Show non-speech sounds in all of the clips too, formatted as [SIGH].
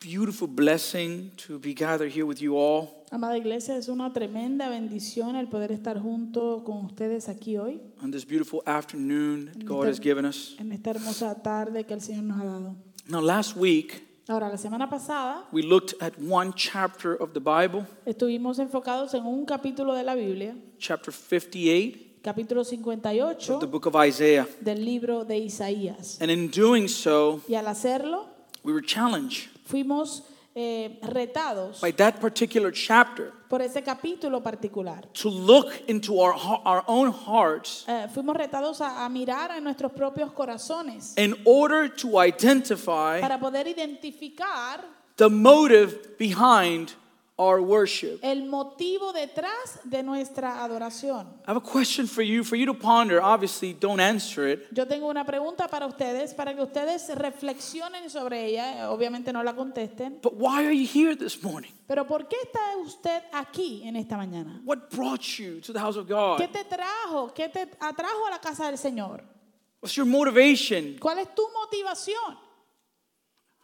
beautiful blessing to be gathered here with you all. Amada iglesia, es una tremenda bendición el poder estar junto con ustedes aquí hoy, on this beautiful afternoon that God has given us. en esta hermosa tarde que el Señor nos ha dado. Now, last week, Ahora, la semana pasada we looked at one chapter of the Bible, estuvimos enfocados en un capítulo de la Biblia, chapter 58 capítulo of the 58 book of Isaiah. del libro de Isaías. And in doing so, Y al hacerlo, we were challenged fuimos eh, retados by that particular chapter por ese capítulo particular. to look into our, ho- our own hearts Eh, fuimos retados a, a mirar a nuestros propios corazones in order to identify para poder identificar the motive behind our worship. el motivo detrás de nuestra adoración. I have a question for you, for you to ponder. Obviously, don't answer it. Yo tengo una pregunta para ustedes, para que ustedes reflexionen sobre ella, eh, obviamente no la contesten, But why are you here this morning? pero ¿por qué está usted aquí en esta mañana? What brought you to the house of ¿Qué God? te trajo? ¿Qué te atrajo a la casa del Señor? What's your motivation? ¿Cuál es tu motivación?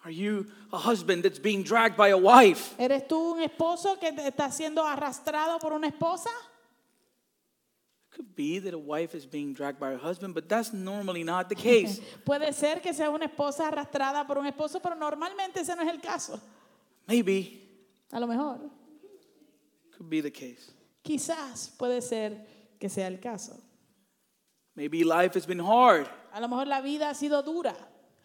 Are you a husband that's being dragged by a wife? ¿Eres tú un esposo que te está siendo arrastrado por una esposa? It could be that a wife is being dragged by her husband, but that's normally not the case. Puede ser que sea una esposa arrastrada por un esposo, pero normalmente ese no es el caso. Maybe A lo mejor, could be the case. quizás puede ser que sea el caso. Maybe life has been hard A lo mejor la vida ha sido dura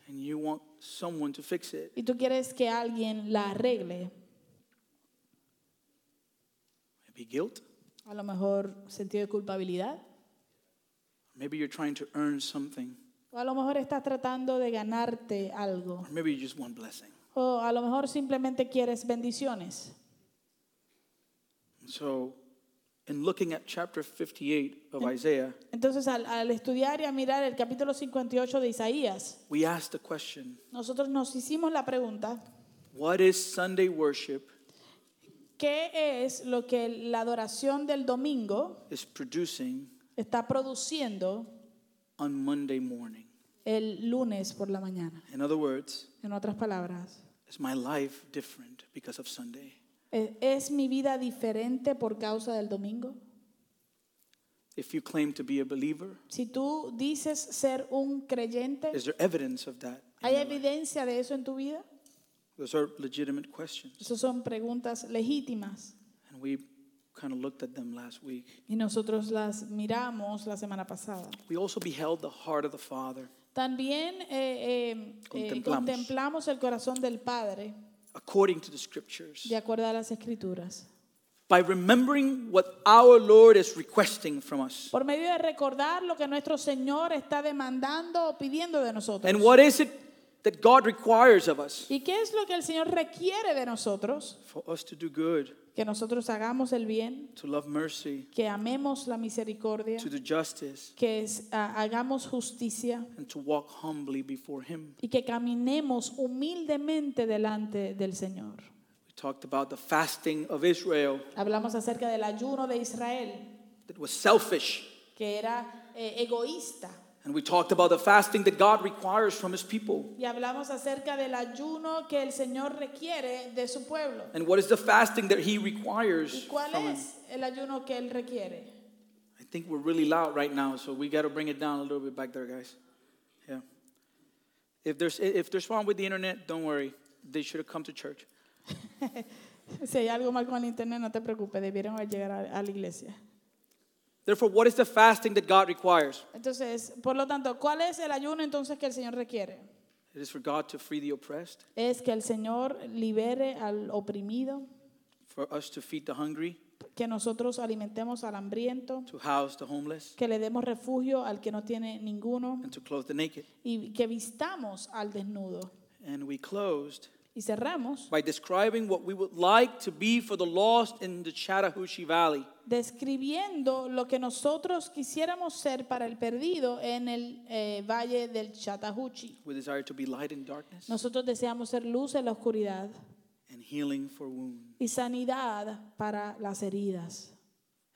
and you want someone to fix it. y tú quieres que alguien la arregle. Maybe guilt. A lo mejor sentido de culpabilidad. Maybe you're trying to earn something. O a lo mejor estás tratando de ganarte algo. Or maybe you just want blessing. O a lo mejor simplemente quieres bendiciones. So, in looking at chapter 58 of Isaiah, Entonces, al, al estudiar y a mirar el capítulo 58 de Isaías, we ask the question Nosotros nos hicimos la pregunta, What is Sunday worship ¿qué es lo que la adoración del domingo is producing está produciendo on Monday morning? el lunes por la mañana? In other words, En otras palabras, is my life different because of Sunday? ¿e- ¿es mi vida diferente por causa del domingo? If you claim to be a believer, Si tú dices ser un creyente, is there evidence of that? in ¿hay your life? evidencia de eso en tu vida? Those are legitimate questions. Esas son preguntas legítimas And we kind of looked at them last week. y nosotros las miramos la semana pasada. We also beheld the heart of the Father También eh, eh, eh, Contemplamos. contemplamos el corazón del Padre according to the scriptures. de acuerdo a las escrituras. By remembering what our Lord is requesting from us. Por medio de recordar lo que nuestro Señor está demandando o pidiendo de nosotros. And what is it that God requires of us? ¿Y qué es lo que el Señor requiere de nosotros? For us to do good, Que nosotros hagamos el bien, to love mercy, que amemos la misericordia, to do justice, que es- ha- hagamos justicia and to walk humbly before Him. y que caminemos humildemente delante del Señor. We talked about the fasting of Israel Hablamos acerca del ayuno de Israel, that was selfish, que era eh, egoísta. and we talked about the fasting that God requires from His people. Y hablamos acerca del ayuno que el Señor requiere de su pueblo. And what is the fasting that He ¿Y requires cuál from us? es el ayuno que Él requiere? [LAUGHS] I think we're really loud right now, so we got to bring it down a little bit back there, guys. Yeah. If there's if there's wrong with the internet, don't worry. They should have come to church. Si hay algo mal con el internet, no te preocupes, debieron haber llegar a, a la iglesia. Therefore, what is the fasting that God requires? Entonces, por lo tanto, ¿cuál es el ayuno entonces que el Señor requiere? It is for God to free the oppressed, Es que el Señor libere al oprimido, for us to feed the hungry, que nosotros alimentemos al hambriento, to house the homeless, que le demos refugio al que no tiene ninguno and to clothe the naked. y que vistamos al desnudo. And we closed Y cerramos by describing what we would like to be for the lost in the Chattahoochee Valley. describiendo lo que nosotros quisiéramos ser para el perdido en el eh, valle del Chattahoochee. We desire to be light in darkness Nosotros deseamos ser luz en la oscuridad. and healing for wounds. y sanidad para las heridas.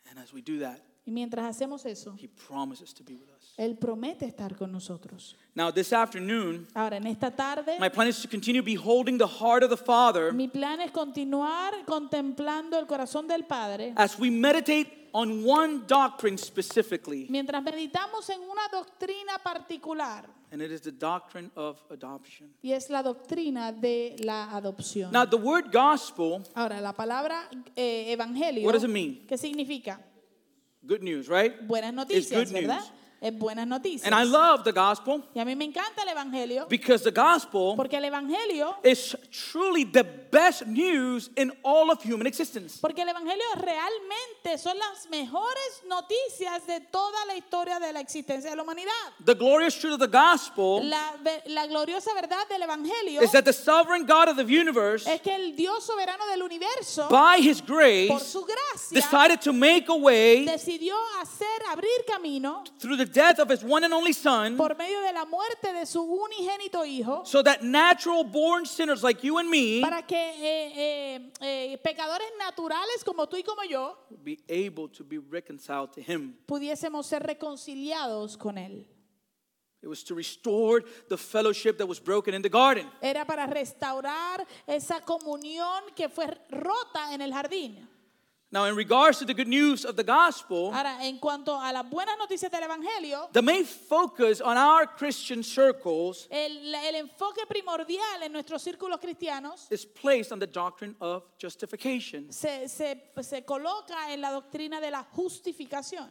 And as we do that, Y mientras hacemos eso, He promises to be with us. Él promete estar con nosotros. Now, this afternoon, Ahora, en esta tarde, my plan is to continue beholding the heart of the Father mi plan es continuar contemplando el corazón del Padre as we meditate on one doctrine specifically, mientras meditamos en una doctrina particular, and it is the doctrine of adoption. y es la doctrina de la adopción. Now, the word gospel, Ahora, la palabra eh, evangelio, What does it mean? ¿qué significa? good news, right? Buenas noticias, good ¿verdad? news. Es buenas noticias. And I love the gospel y a mí me encanta el evangelio, because the gospel porque el evangelio is truly the best news in all of human existence. Porque el Evangelio realmente son las mejores noticias de toda la historia de la existencia de la humanidad. The glorious truth of the gospel La, ve- la gloriosa verdad del Evangelio is that the sovereign God of the universe, es que el Dios soberano del universo, by his por grace, su gracia, decided to make a way decidió hacer abrir camino through the death of his one and only son por medio de la muerte de su unigénito Hijo so that natural born sinners like you and me para que eh, eh, eh, pecadores naturales como tú y como yo would be able to be reconciled to him. pudiésemos ser reconciliados con Él. It was to restore the fellowship that was broken in the garden. Era para restaurar esa comunión que fue rota en el jardín. Now, in regards to the good news of the gospel, Ahora, en cuanto a las buenas noticias del Evangelio, the main focus on our Christian circles el, la- el enfoque primordial en nuestros círculos cristianos is placed on the doctrine of justification. se, se- se coloca en la doctrina de la justificación.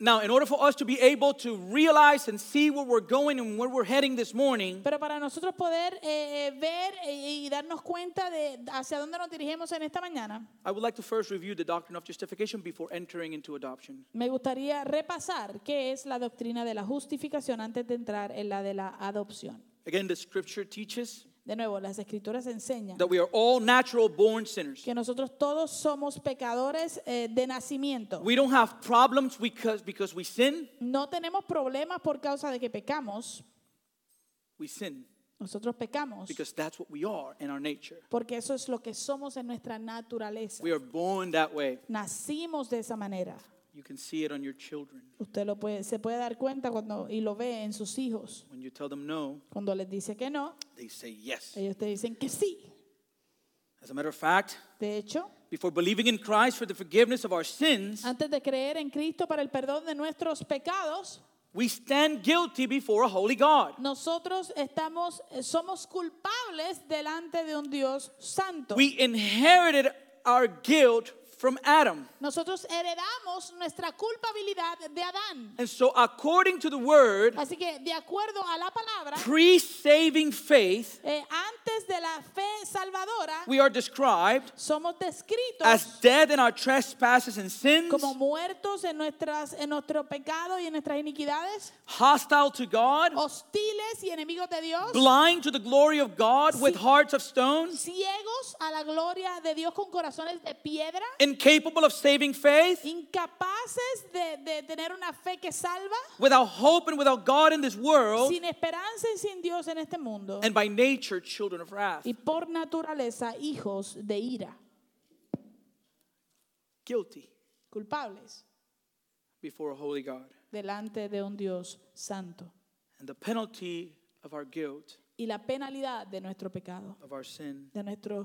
Now, in order for us to be able to realize and see where we're going and where we're heading this morning, Pero para nosotros poder eh, eh, ver y, y darnos cuenta de hacia dónde nos dirigimos en esta mañana, I would like to first review the doctrine of justification before entering into adoption. me gustaría repasar qué es la doctrina de la justificación antes de entrar en la de la adopción. Again, the scripture teaches De nuevo, las escrituras enseñan that we are all natural born sinners. que nosotros todos somos pecadores eh, de nacimiento. We don't have problems because, because we sin, No tenemos problemas por causa de que pecamos. we sin Nosotros pecamos because that's what we are in our nature. porque eso es lo que somos en nuestra naturaleza. We are born that way. Nacimos de esa manera. You can see it on your children. Usted lo puede, se puede dar cuenta cuando y lo ve en sus hijos. When you tell them no, Cuando les dice que no, they say yes. ellos te dicen que sí. As a matter of fact, De hecho, before believing in Christ for the forgiveness of our sins, antes de creer en Cristo para el perdón de nuestros pecados, we stand guilty before a holy God. nosotros estamos somos culpables delante de un Dios santo. We inherited our guilt from Adam. Nosotros heredamos nuestra culpabilidad de Adán. And so, according to the word, Así que de acuerdo a la palabra, pre saving faith, eh, antes de la fe salvadora, we are described somos as descritos dead in our trespasses and sins, como muertos en, nuestras, en nuestro pecado y en nuestras iniquidades, hostile to God, hostiles y enemigos de Dios, blind to the glory of God with Sí. hearts of stone, ciegos a la gloria de Dios con corazones de piedra, incapable of saving faith, incapaces de, de tener una fe que salva, without hope and without God in this world, sin esperanza y sin Dios en este mundo, and by nature, children of wrath. y por naturaleza hijos de ira, Guilty culpables. before a holy God. delante de un Dios santo. And the penalty of our guilt, Y la penalidad de nuestro pecado, of our sin, de nuestra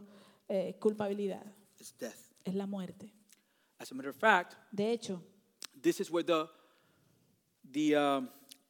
eh, culpabilidad, is death. es la muerte. As a matter of fact, De hecho, this is where the, the um,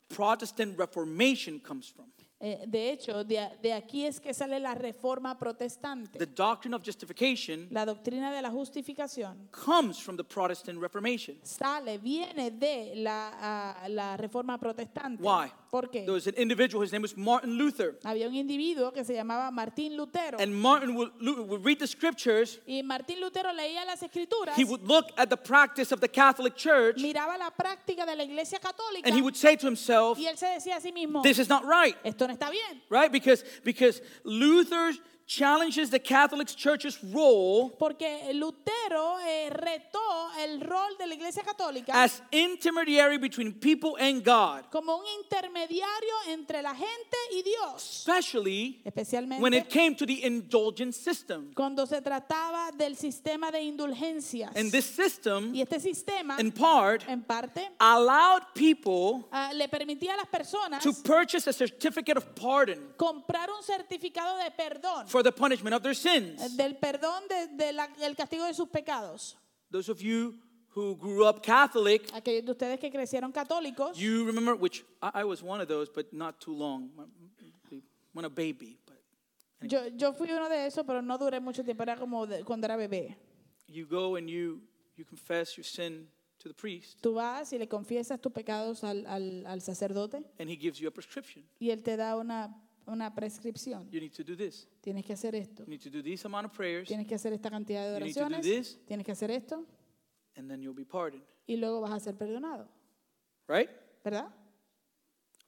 Protestant Reformation comes from. eh, de hecho, de, de aquí es que sale la reforma The protestante. doctrine of justification La doctrina de la justificación comes from the Protestant Reformation. sale, viene de la, ah, la reforma protestante. Why? ¿Por qué? There was an individual, his name was Martin Luther. Había un individuo que se llamaba Martín Lutero. And Martin would, Lu- would read the scriptures, y Martín Lutero leía las escrituras, he would look at the practice of the Catholic Church, miraba la práctica de la iglesia católica and he would say to himself, y él se decía a sí mismo, This is not right, esto no está bien. right? Because, because Luther's challenges the Catholic Church's role Porque Lutero eh, retó el rol de la Iglesia Católica as intermediary between people and God, como un intermediario entre la gente y Dios, especially when especialmente it came to the indulgent system. cuando se trataba del sistema de indulgencias. And this system, Y este sistema, in part, en parte, allowed people ah, le permitía a las personas to purchase a certificate of pardon comprar un certificado de perdón, for the punishment of their eh, sins. del perdón de- de la- del castigo de sus pecados. Those of you who grew up Catholic, Aquellos de ustedes que crecieron católicos, you remember, which I, I was one of those, but not too long. When a baby, but yo, yo fui uno de esos, pero no duré mucho tiempo, era como de- cuando era bebé. you go and you, you confess your sin to the priest, Tú vas y le confiesas tus pecados al, al- al sacerdote and he gives you a prescription. y él te da una, una prescripción. You need to do this. Tienes que hacer esto. You need to do this amount of prayers, Tienes que hacer esta cantidad de You need to do oraciones. this. Tienes que hacer esto and then you'll be pardoned. y luego vas a ser perdonado. Right? ¿Verdad?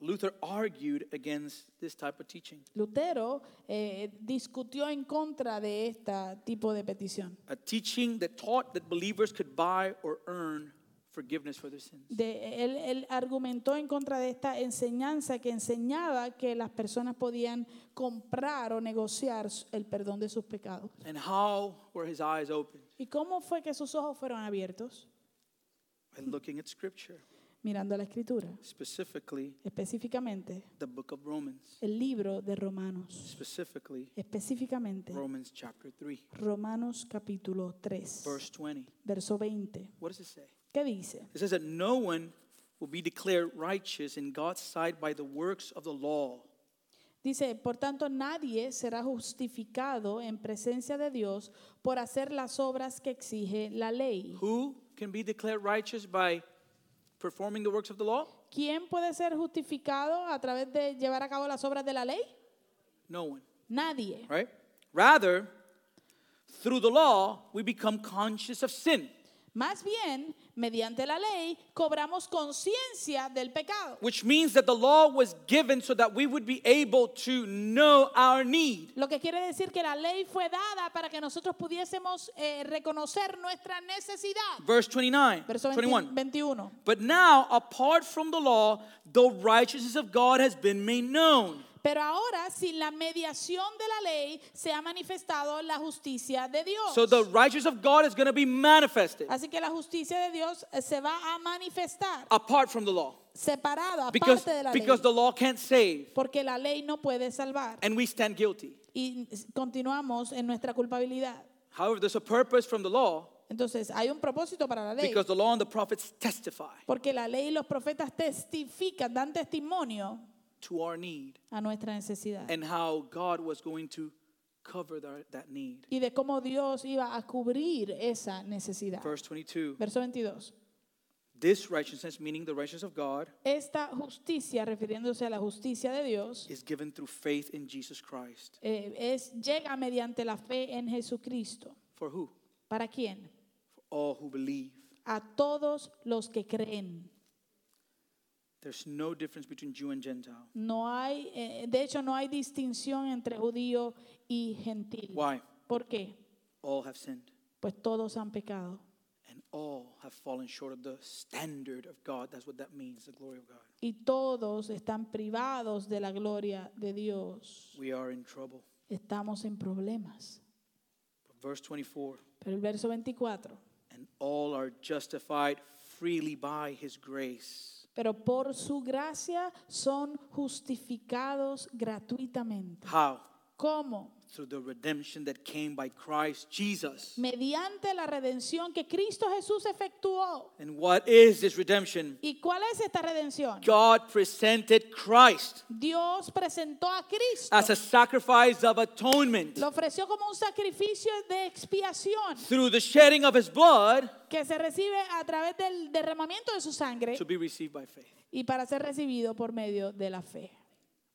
Luther argued against this type of teaching. Lutero eh, discutió en contra de este tipo de petición, A teaching that taught that believers could buy or earn forgiveness for their sins. De- él, él argumentó en contra de esta enseñanza que enseñaba que las personas podían comprar o negociar s- el perdón de sus pecados. And how were his eyes opened? ¿Y cómo fue que sus ojos fueron abiertos? By looking at Scripture, Mirando la escritura, specifically específicamente the book of Romans, el libro de Romanos, specifically específicamente Romans chapter 3, Romanos capítulo 3, verse 20. verso 20. What does it say? ¿Qué dice? It says that no one will be declared righteous in God's sight by the works of the law, Dice, por tanto, nadie será justificado en presencia de Dios por hacer las obras que exige la ley. Who can be declared righteous by performing the works of the law? ¿Quién puede ser justificado a través de llevar a cabo las obras de la ley? No one, Nadie. right? Rather, through the law, we become conscious of sin, Más bien, mediante la ley, cobramos conciencia del pecado. which means that the law was given so that we would be able to know our need. Lo que quiere decir que la ley fue dada para que nosotros pudiésemos eh, reconocer nuestra necesidad. Verse 29, Verso 20 21. 21. But now, apart from the law, the righteousness of God has been made known. Pero ahora, sin la mediación de la ley, se ha manifestado la justicia de Dios. So the righteousness of God is going to be manifested Así que la justicia de Dios eh, se va a manifestar apart from the law separada, because, aparte de la ley. because the law can't save Porque la ley no puede salvar. and we stand guilty. Y continuamos en nuestra culpabilidad. However, there's a purpose from the law Entonces, hay un propósito para la ley. because the law and the prophets testify Porque la ley y los profetas testifican, dan testimonio to our need a nuestra necesidad. and how God was going to cover that, that need. Y de cómo Dios iba a cubrir esa necesidad. Verse 22 Verso 22. This righteousness, meaning the righteousness of God, Esta justicia, refiriéndose a la justicia de Dios, is given through faith in Jesus Christ. eh, es, llega mediante la fe en Jesucristo. For who? ¿Para quién? For all who believe. A todos los que creen. There's no difference between Jew and Gentile. No hay, eh, de hecho, no hay distinción entre judío y gentil. Why? ¿Por qué? All have sinned Pues todos han pecado and all have fallen short of the standard of God. That's what that means, the glory of God. y todos están privados de la gloria de Dios. We are in trouble. Estamos en problemas. But verse 24 Pero el verso 24, and all are justified freely by his grace. pero por su gracia son justificados gratuitamente. How? ¿Cómo? Through the redemption that came by Christ Jesus. Mediante la redención que Cristo Jesús efectuó. And what is this redemption? ¿Y cuál es esta redención? God presented Christ Dios presentó a Cristo. as a sacrifice of atonement. Lo ofreció como un sacrificio de expiación Through the shedding of his blood que se recibe a través del derramamiento de su sangre to be received by faith. y para ser recibido por medio de la fe.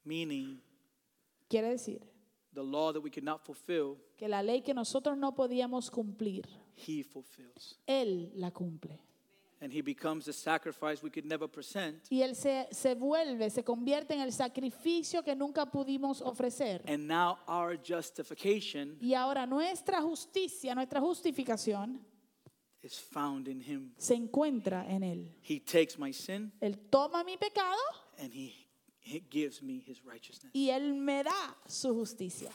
Meaning, Quiere decir the law that we could not fulfill, que la ley que nosotros no podíamos cumplir, he fulfills. Él la cumple. and he becomes the sacrifice we could never present. Y él se, se vuelve, se convierte en el sacrificio que nunca pudimos ofrecer. And now our justification Y ahora nuestra justicia, nuestra justificación is found in him. se encuentra en Él. He takes my sin Él toma mi pecado and he, he gives me his righteousness. y Él me da su justicia.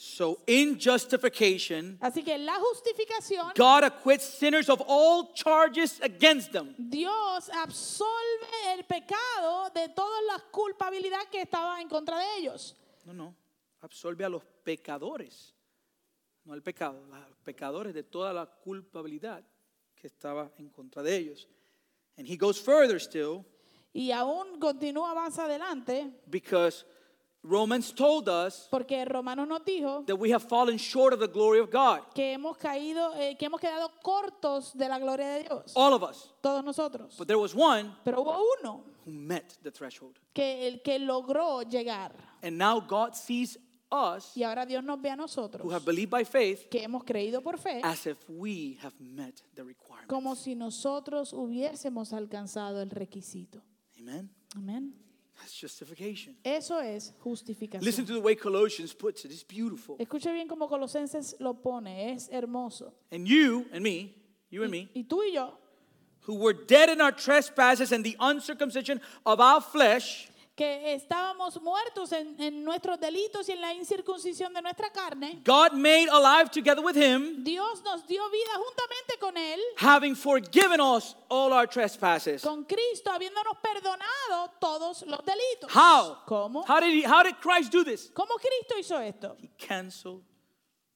So in justification, Así que la justificación, God acquits sinners of all charges against them. Dios absolve el pecado de todas las culpabilidad que estaba en contra de ellos. No, no. Absolve a los pecadores. No al pecado, a los pecadores de toda la culpabilidad que estaba en contra de ellos. And he goes further still Y aún continúa más adelante, because Romans told us porque Romano nos dijo that we have fallen short of the glory of God. que hemos caído, eh, que hemos quedado cortos de la gloria de Dios, All of us. todos nosotros. But there was one Pero hubo uno who met the threshold. que el que logró llegar. And now God sees us Y ahora Dios nos ve a who nosotros have believed by faith que hemos creído por fe as if we have met the requirement. como si nosotros hubiésemos alcanzado el requisito. Amen. Amén. That's justification. Eso es Listen justificación. to the way Colossians puts it. It's beautiful. Escuche bien como Colosenses lo pone, es hermoso. And you and me, you and me, Y tú y yo, who were dead in our trespasses and the uncircumcision of our flesh, que estábamos muertos en, en nuestros delitos y en la incircuncisión de nuestra carne, God made alive together with him, Dios nos dio vida juntamente con Él, having forgiven us all our trespasses. con Cristo, habiéndonos perdonado todos los delitos. How? ¿Cómo? How did he, how did Christ do this? ¿Cómo Cristo hizo esto? He canceled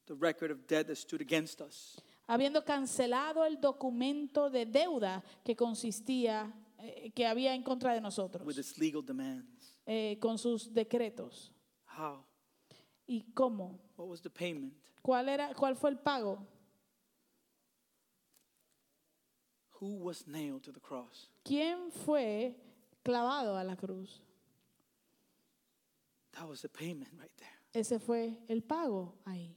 the record of debt that stood against us. habiendo cancelado el documento de deuda que consistía, eh, que había en contra de with nosotros, its legal demands. eh, con sus decretos. How? ¿Y cómo? What was the payment? ¿Cuál, era, cuál fue el pago? Who was nailed to the cross? ¿Quién fue clavado a la cruz? That was the payment right there. Ese fue el pago ahí,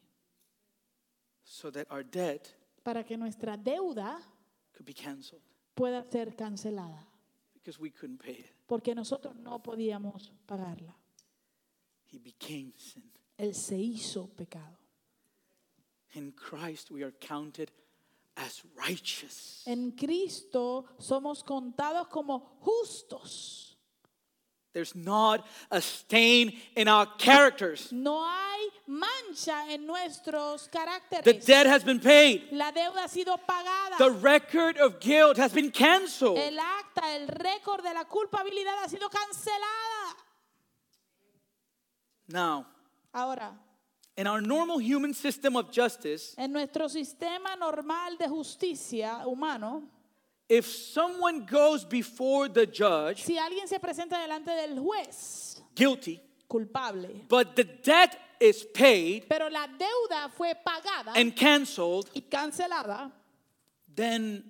So that our debt para que nuestra deuda could be canceled pueda ser cancelada, because we couldn't pay it. porque nosotros no podíamos pagarla. He became sin. Él se hizo pecado. In Christ, we are counted as righteous. En Cristo somos contados como justos. There's not a stain in our characters. No hay mancha en nuestros The caracteres. debt has been paid, La deuda ha sido pagada. the record of guilt has been canceled. El acta, el récord de la culpabilidad ha sido cancelada. Now, Ahora, in our normal human system of justice, en nuestro sistema normal de justicia humano, if someone goes before the judge si alguien se presenta delante del juez guilty, culpable, but the debt is paid pero la deuda fue pagada and canceled, y cancelada, then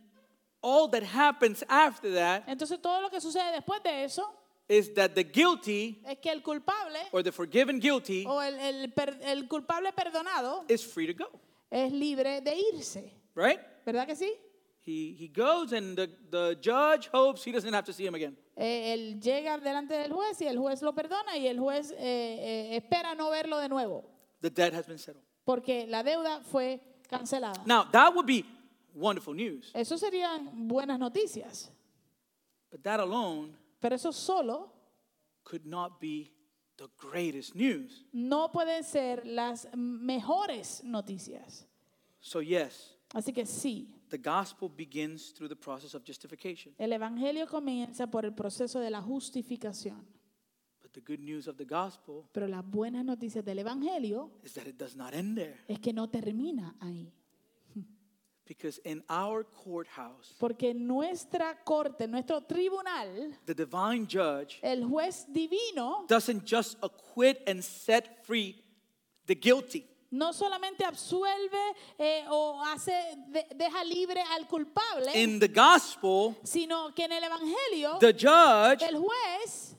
all that happens after that entonces todo lo que sucede después de eso is that the guilty es que el culpable or the forgiven guilty o el- el per- el culpable perdonado is free to go, es libre de irse. right? ¿Verdad que sí? He, he goes and the, the judge hopes he doesn't have to see him again. Eh, él llega delante del juez y el juez lo perdona y el juez eh, eh, espera no verlo de nuevo The debt has been settled. porque la deuda fue cancelada. Now, that would be wonderful news, Eso serían buenas noticias, but that alone pero eso solo could not be the greatest news. no pueden ser las mejores noticias. So, yes, Así que sí, the gospel begins through the process of justification, el Evangelio comienza por el proceso de la justificación, but the good news of the gospel pero las buenas noticias del Evangelio is that it does not end there. es que no termina ahí. Because in our courthouse, Porque en nuestra corte, en nuestro tribunal, the divine judge el juez divino doesn't just acquit and set free the guilty, no solamente absuelve eh, o hace de- deja libre al culpable, in the gospel, sino que en el evangelio the judge el juez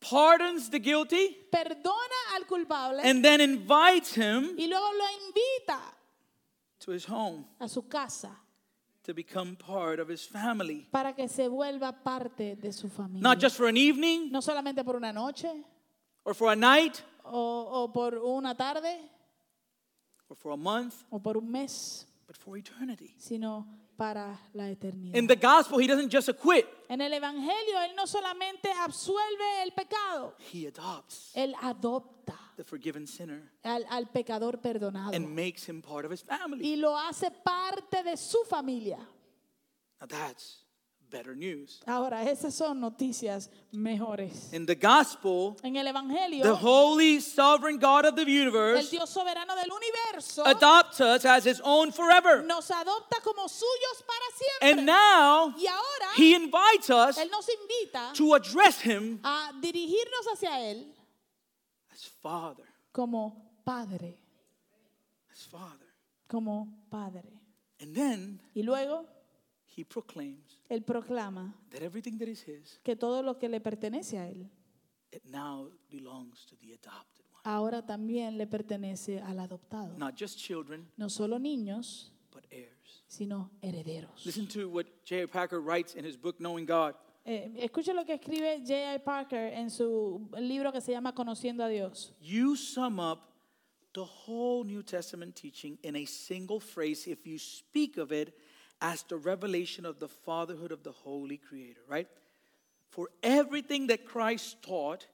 pardons the guilty perdona al culpable and then invites him y luego lo invita to his home. a su casa. to become part of his family. para que se vuelva parte de su familia. Not just for an evening No solamente por una noche or for a night o, o por una tarde or for a month, o por un mes, but for eternity. sino para la eternidad. In the gospel, he doesn't just acquit, En el Evangelio Él no solamente absuelve el pecado, he adopts Él adopta the forgiven sinner al, al pecador perdonado and makes him part of his family. y lo hace parte de su familia. Now that's better news. Ahora, esas son noticias mejores. In the gospel, En el the Evangelio, holy sovereign God of the el universe Dios soberano del universo adopts us as his own forever. nos adopta como suyos para And siempre. now Y ahora he invites us Él nos invita to address him a dirigirnos hacia Él as Father. como Padre, As Father. como Padre. And then Y luego he proclaims Él proclama that everything that is his, que todo lo que le pertenece a Él it now belongs to the adopted one. ahora también le pertenece al adoptado. Not just children, No solo niños, but heirs. sino herederos. Listen to what J.A. Packer writes in his book, Knowing God. Eh, escuche lo que escribe J.I. Parker en su libro que se llama Conociendo a Dios. You sum up the whole New Testament teaching in a single phrase if you speak of it as the revelation of the fatherhood of the Holy Creator, right? For everything that Christ taught,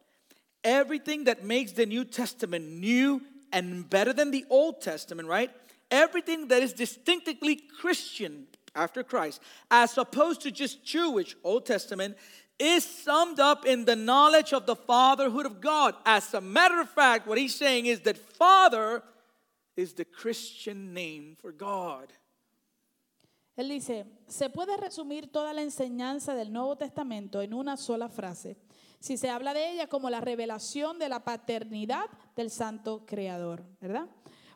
everything that makes the New Testament new and better than the Old Testament, right? Everything that is distinctively Christian after Christ, as opposed to just Jewish Old Testament, is summed up in the knowledge of the fatherhood of God. As a matter of fact, what he's saying is that Father is the Christian name for God. Él dice, se puede resumir toda la enseñanza del Nuevo Testamento en una sola frase, si se habla de ella como la revelación de la paternidad del Santo Creador, ¿verdad?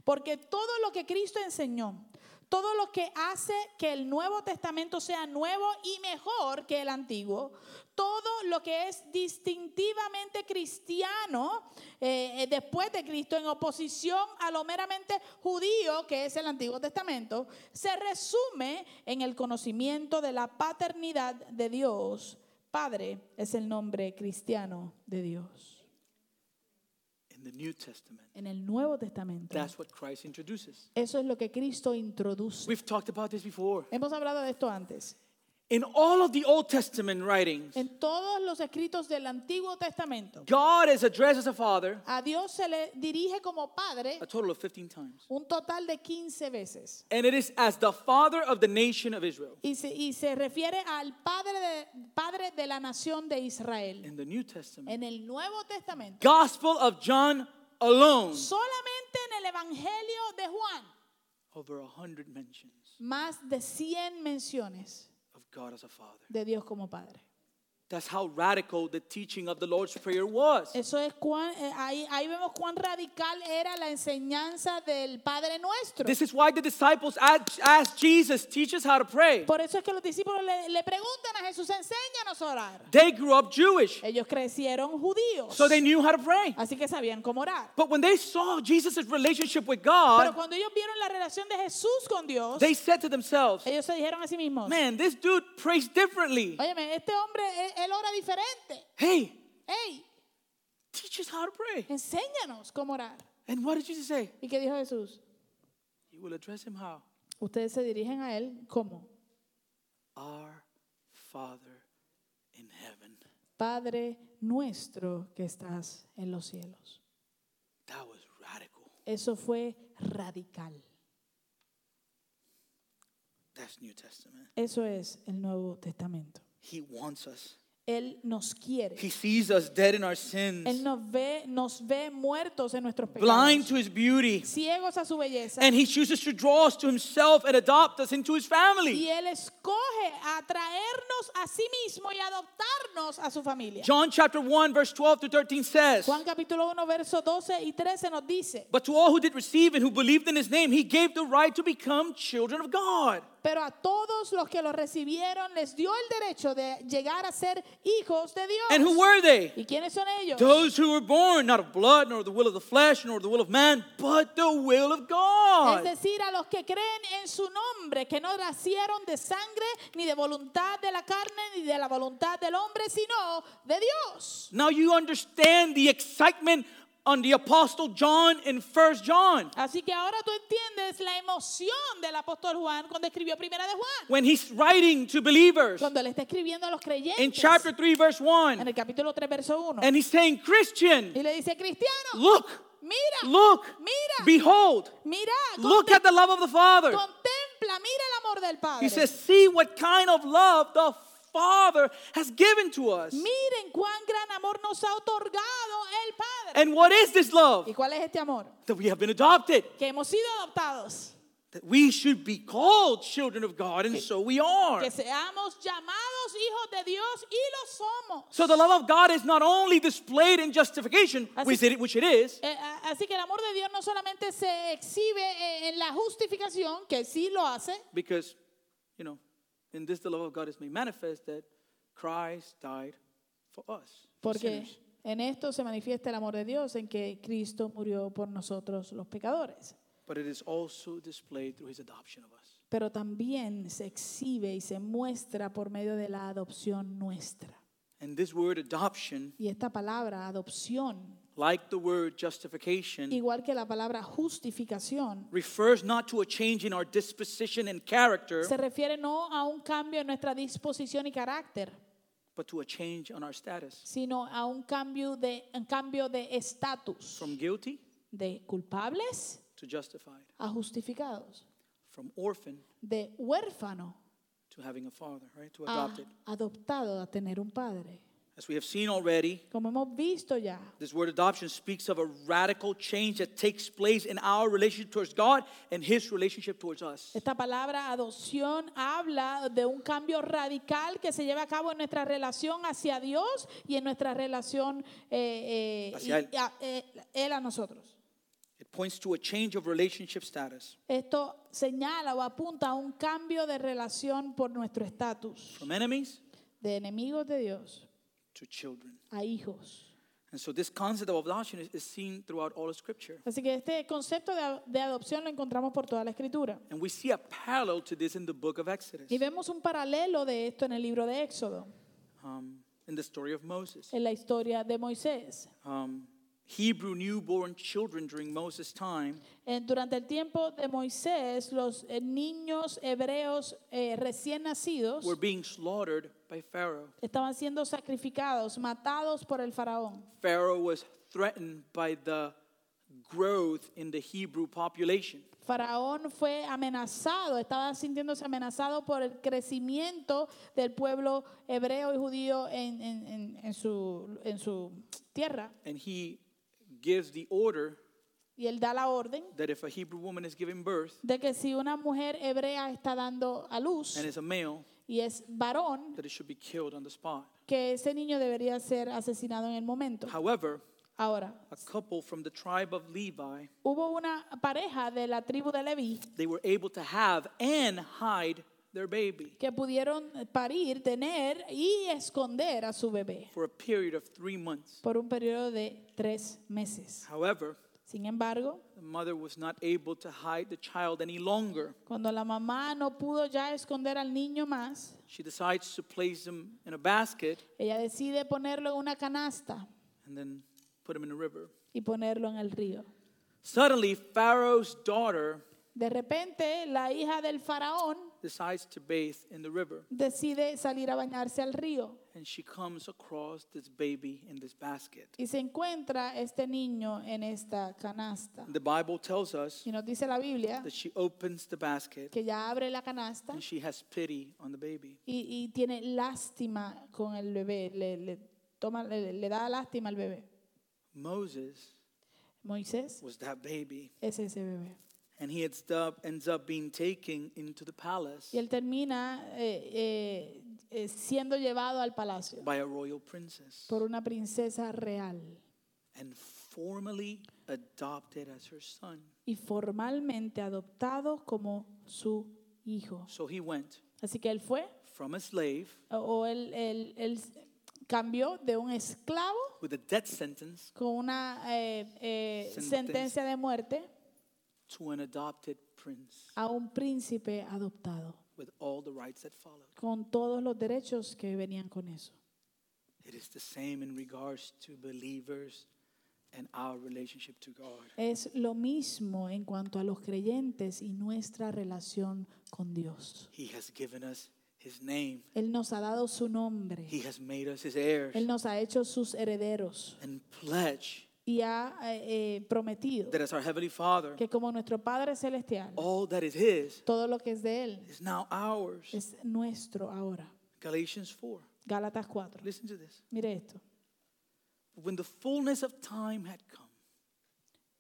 Porque todo lo que Cristo enseñó, todo lo que hace que el Nuevo Testamento sea nuevo y mejor que el Antiguo, todo lo que es distintivamente cristiano eh, eh, después de Cristo, en oposición a lo meramente judío que es el Antiguo Testamento, se resume en el conocimiento de la paternidad de Dios. Padre es el nombre cristiano de Dios. In the New Testament, En el Nuevo Testamento. that's what Christ introduces. Eso es lo que Cristo introduce. We've talked about this before. Hemos hablado de esto antes. In all of the Old Testament writings, En todos los escritos del Antiguo Testamento, God is addressed as a father a Dios se le dirige como Padre a total of 15 times. un total de 15 veces. And it is as the father of the nation of Israel. Y se, y se refiere al padre de, padre de la nación de Israel. In the New Testament, En el Nuevo Testamento, Gospel of John alone, solamente en el Evangelio de Juan, over a hundred mentions más de 100 menciones of God as a father. de Dios como Padre. That's how radical the teaching of the Lord's Prayer was. Eso es cuán, eh, ahí, ahí vemos cuán radical era la enseñanza del Padre nuestro. This is why the disciples asked asked Jesus, teach us how to pray. Por eso es que los discípulos le, le preguntan a Jesús, enséñanos a orar. They grew up Jewish, Ellos crecieron judíos, so they knew how to pray. así que sabían cómo orar. But when they saw Jesus' relationship with Pero God, cuando ellos vieron la relación de Jesús con Dios, they said to themselves, ellos se dijeron a sí mismos, man, this dude prays differently. óyeme, este hombre, él, él ora diferente. Hey, Hey, teach us how to pray. enséñanos cómo orar. And what did Jesus say? ¿Y qué dijo Jesús? You will address him how? Ustedes se dirigen a él como Our Father in heaven. Padre nuestro que estás en los cielos. That was radical. Eso fue radical. That's New Testament. Eso es el Nuevo Testamento. He wants us. Él nos quiere. He sees us dead in our Él sins, nos ve, nos ve muertos en nuestros blind pecados, to his beauty. ciegos a su belleza. And he chooses to draw us to himself and adopt us into his family. Y Él escoge atraernos a sí mismo y adoptarnos a su familia. John chapter 1, verse 12 to 13 says, Juan capítulo 1, verso 12 y 13 nos dice, But to all who did receive and who believed in his name, he gave the right to become children of God. pero a todos los que lo recibieron les dio el derecho de llegar a ser hijos de Dios. And who were they? ¿Y quiénes son ellos? Those who were born not of blood, nor the will of the flesh, nor the will of man, but the will of God. Es decir, a los que creen en su nombre, que no nacieron de sangre, ni de voluntad de la carne, ni de la voluntad del hombre, sino de Dios. Now you understand the excitement on the Apostle John in 1 John Así que ahora tú entiendes la emoción del apóstol Juan cuando escribió Primera de Juan, when he's writing to believers cuando le está escribiendo a los in creyentes chapter 3, verse en 1. el capítulo 3, verso 1. And he's saying, Christian, Y le dice, cristiano, look, mira, look, Mira. behold, mira, look at the love of the Father. contempla, mira el amor del He Padre. says, See what kind of love the Father has given to us. Miren cuán gran amor nos ha otorgado el Padre. And what is this love? ¿Y cuál es este amor? That we have been adopted. Que hemos sido adoptados, That we should be called children of God, and so we are. que seamos llamados hijos de Dios y lo somos. So the love of God is not only displayed in justification, Así- which it, which it is, Eh, a- así que el amor de Dios no solamente se exhibe eh, en la justificación, que sí lo hace, because, you know, in this the love of God is made manifest that Christ died for us. for porque sinners. en esto se manifiesta el amor de Dios, en que Cristo murió por nosotros los pecadores. But it is also displayed through his adoption of us. Pero también se exhibe y se muestra por medio de la adopción nuestra. And this word adoption, Y esta palabra, adopción, like the word justification, igual que la palabra justificación, refers not to a change in our disposition and character, se refiere no a un cambio en nuestra disposición y carácter, but to a change on our status sino a un cambio de un cambio de estatus from guilty de culpables to justified, a justificados, from orphan de huérfano to having a father, right? To a adopted. adoptado a tener un padre. As we have seen already, Como hemos visto ya, this word adoption speaks of a radical change that takes place in our relationship towards God and His relationship towards us. esta palabra adopción habla de un cambio radical que se lleva a cabo en nuestra relación hacia Dios y en nuestra relación eh, eh, Hacia y- Él. y a- eh, él a nosotros. It points to a change of relationship status Esto señala o apunta a un cambio de relación por nuestro estatus from enemies de enemigos de Dios to children. a hijos. And so, this concept of adoption is, is seen throughout all of Scripture. Así que este concepto de, de adopción lo encontramos por toda la escritura. And we see a parallel to this in the book of Exodus, Y vemos un paralelo de esto en el libro de Éxodo, um, in the story of Moses. en la historia de Moisés. um, Hebrew newborn children during Moses' time Eh, durante el tiempo de Moisés, los eh, niños hebreos eh, recién nacidos were being slaughtered by Pharaoh. estaban siendo sacrificados, matados por el faraón. Pharaoh was threatened by the growth in the Hebrew population. Faraón fue amenazado, estaba sintiéndose amenazado por el crecimiento del pueblo hebreo y judío en, en- en- en su, en su tierra. And he gives the order Y él da la orden that if a Hebrew woman is giving birth de que si una mujer hebrea está dando a luz and is a male, y es varón, that it should be killed on the spot. que ese niño debería ser asesinado en el momento. However, Ahora, a couple from the tribe of Levi, hubo una pareja de la tribu de Leví they were able to have and hide their baby que pudieron parir, tener y esconder a su bebé for a period of three months. por un periodo de tres meses. However, Sin embargo, The mother was not able to hide the child any longer. Cuando la mamá no pudo ya esconder al niño más, She decides to place him in a basket ella decide ponerlo en una canasta and then put him in a river. y ponerlo en el río. Suddenly, Pharaoh's daughter De repente, la hija del faraón decides to bathe in the river decide salir a bañarse al río and she comes across this baby in this basket. y se encuentra este niño en esta canasta. The Bible tells us Y nos dice la Biblia that she opens the basket que ella abre la canasta and she has pity on the baby. y, y tiene lástima con el bebé, le, le toma, le- le da lástima al bebé. Moses Moisés was that baby, es ese bebé. and he ends up, ends up being taken into the palace Y él termina eh, eh, eh, siendo llevado al palacio by a royal princess. por una princesa real and formally adopted as her son. y formalmente adoptado como su hijo. So he went Así que él fue, from a slave o- o él, él- él cambió de un esclavo with a death sentence con una eh, eh, Sentencia. sentencia de muerte to an adopted prince a un príncipe adoptado, with all the rights that followed. con todos los derechos que venían con eso. It is the same in regards to believers and our relationship to God. Es lo mismo en cuanto a los creyentes y nuestra relación con Dios. He has given us his name. Él nos ha dado su nombre, He has made us his heirs Él nos ha hecho sus herederos and pledge y ha eh, eh, prometido that Oh. as our heavenly Father, que como nuestro Padre Celestial, all that is his todo lo que es de Él is now ours. es nuestro ahora. Galatians 4. Gálatas 4. Listen to this. Mire esto. When the fullness of time had come,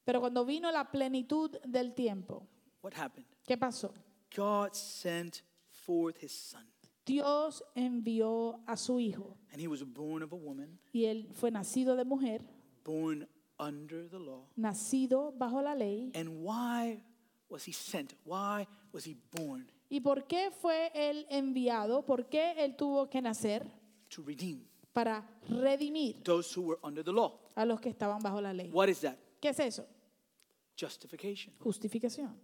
Pero cuando vino la plenitud del tiempo, what happened? ¿qué pasó? God sent forth his son, Dios envió a su Hijo and he was born of a woman, y Él fue nacido de mujer, born under the law. nacido bajo la ley. And why was he sent? Why was he born? ¿Y por qué fue Él enviado? ¿Por qué Él tuvo que nacer? To redeem Para redimir those who were under the law. a los que estaban bajo la ley. What is that? ¿Qué es eso? Justification. Justificación.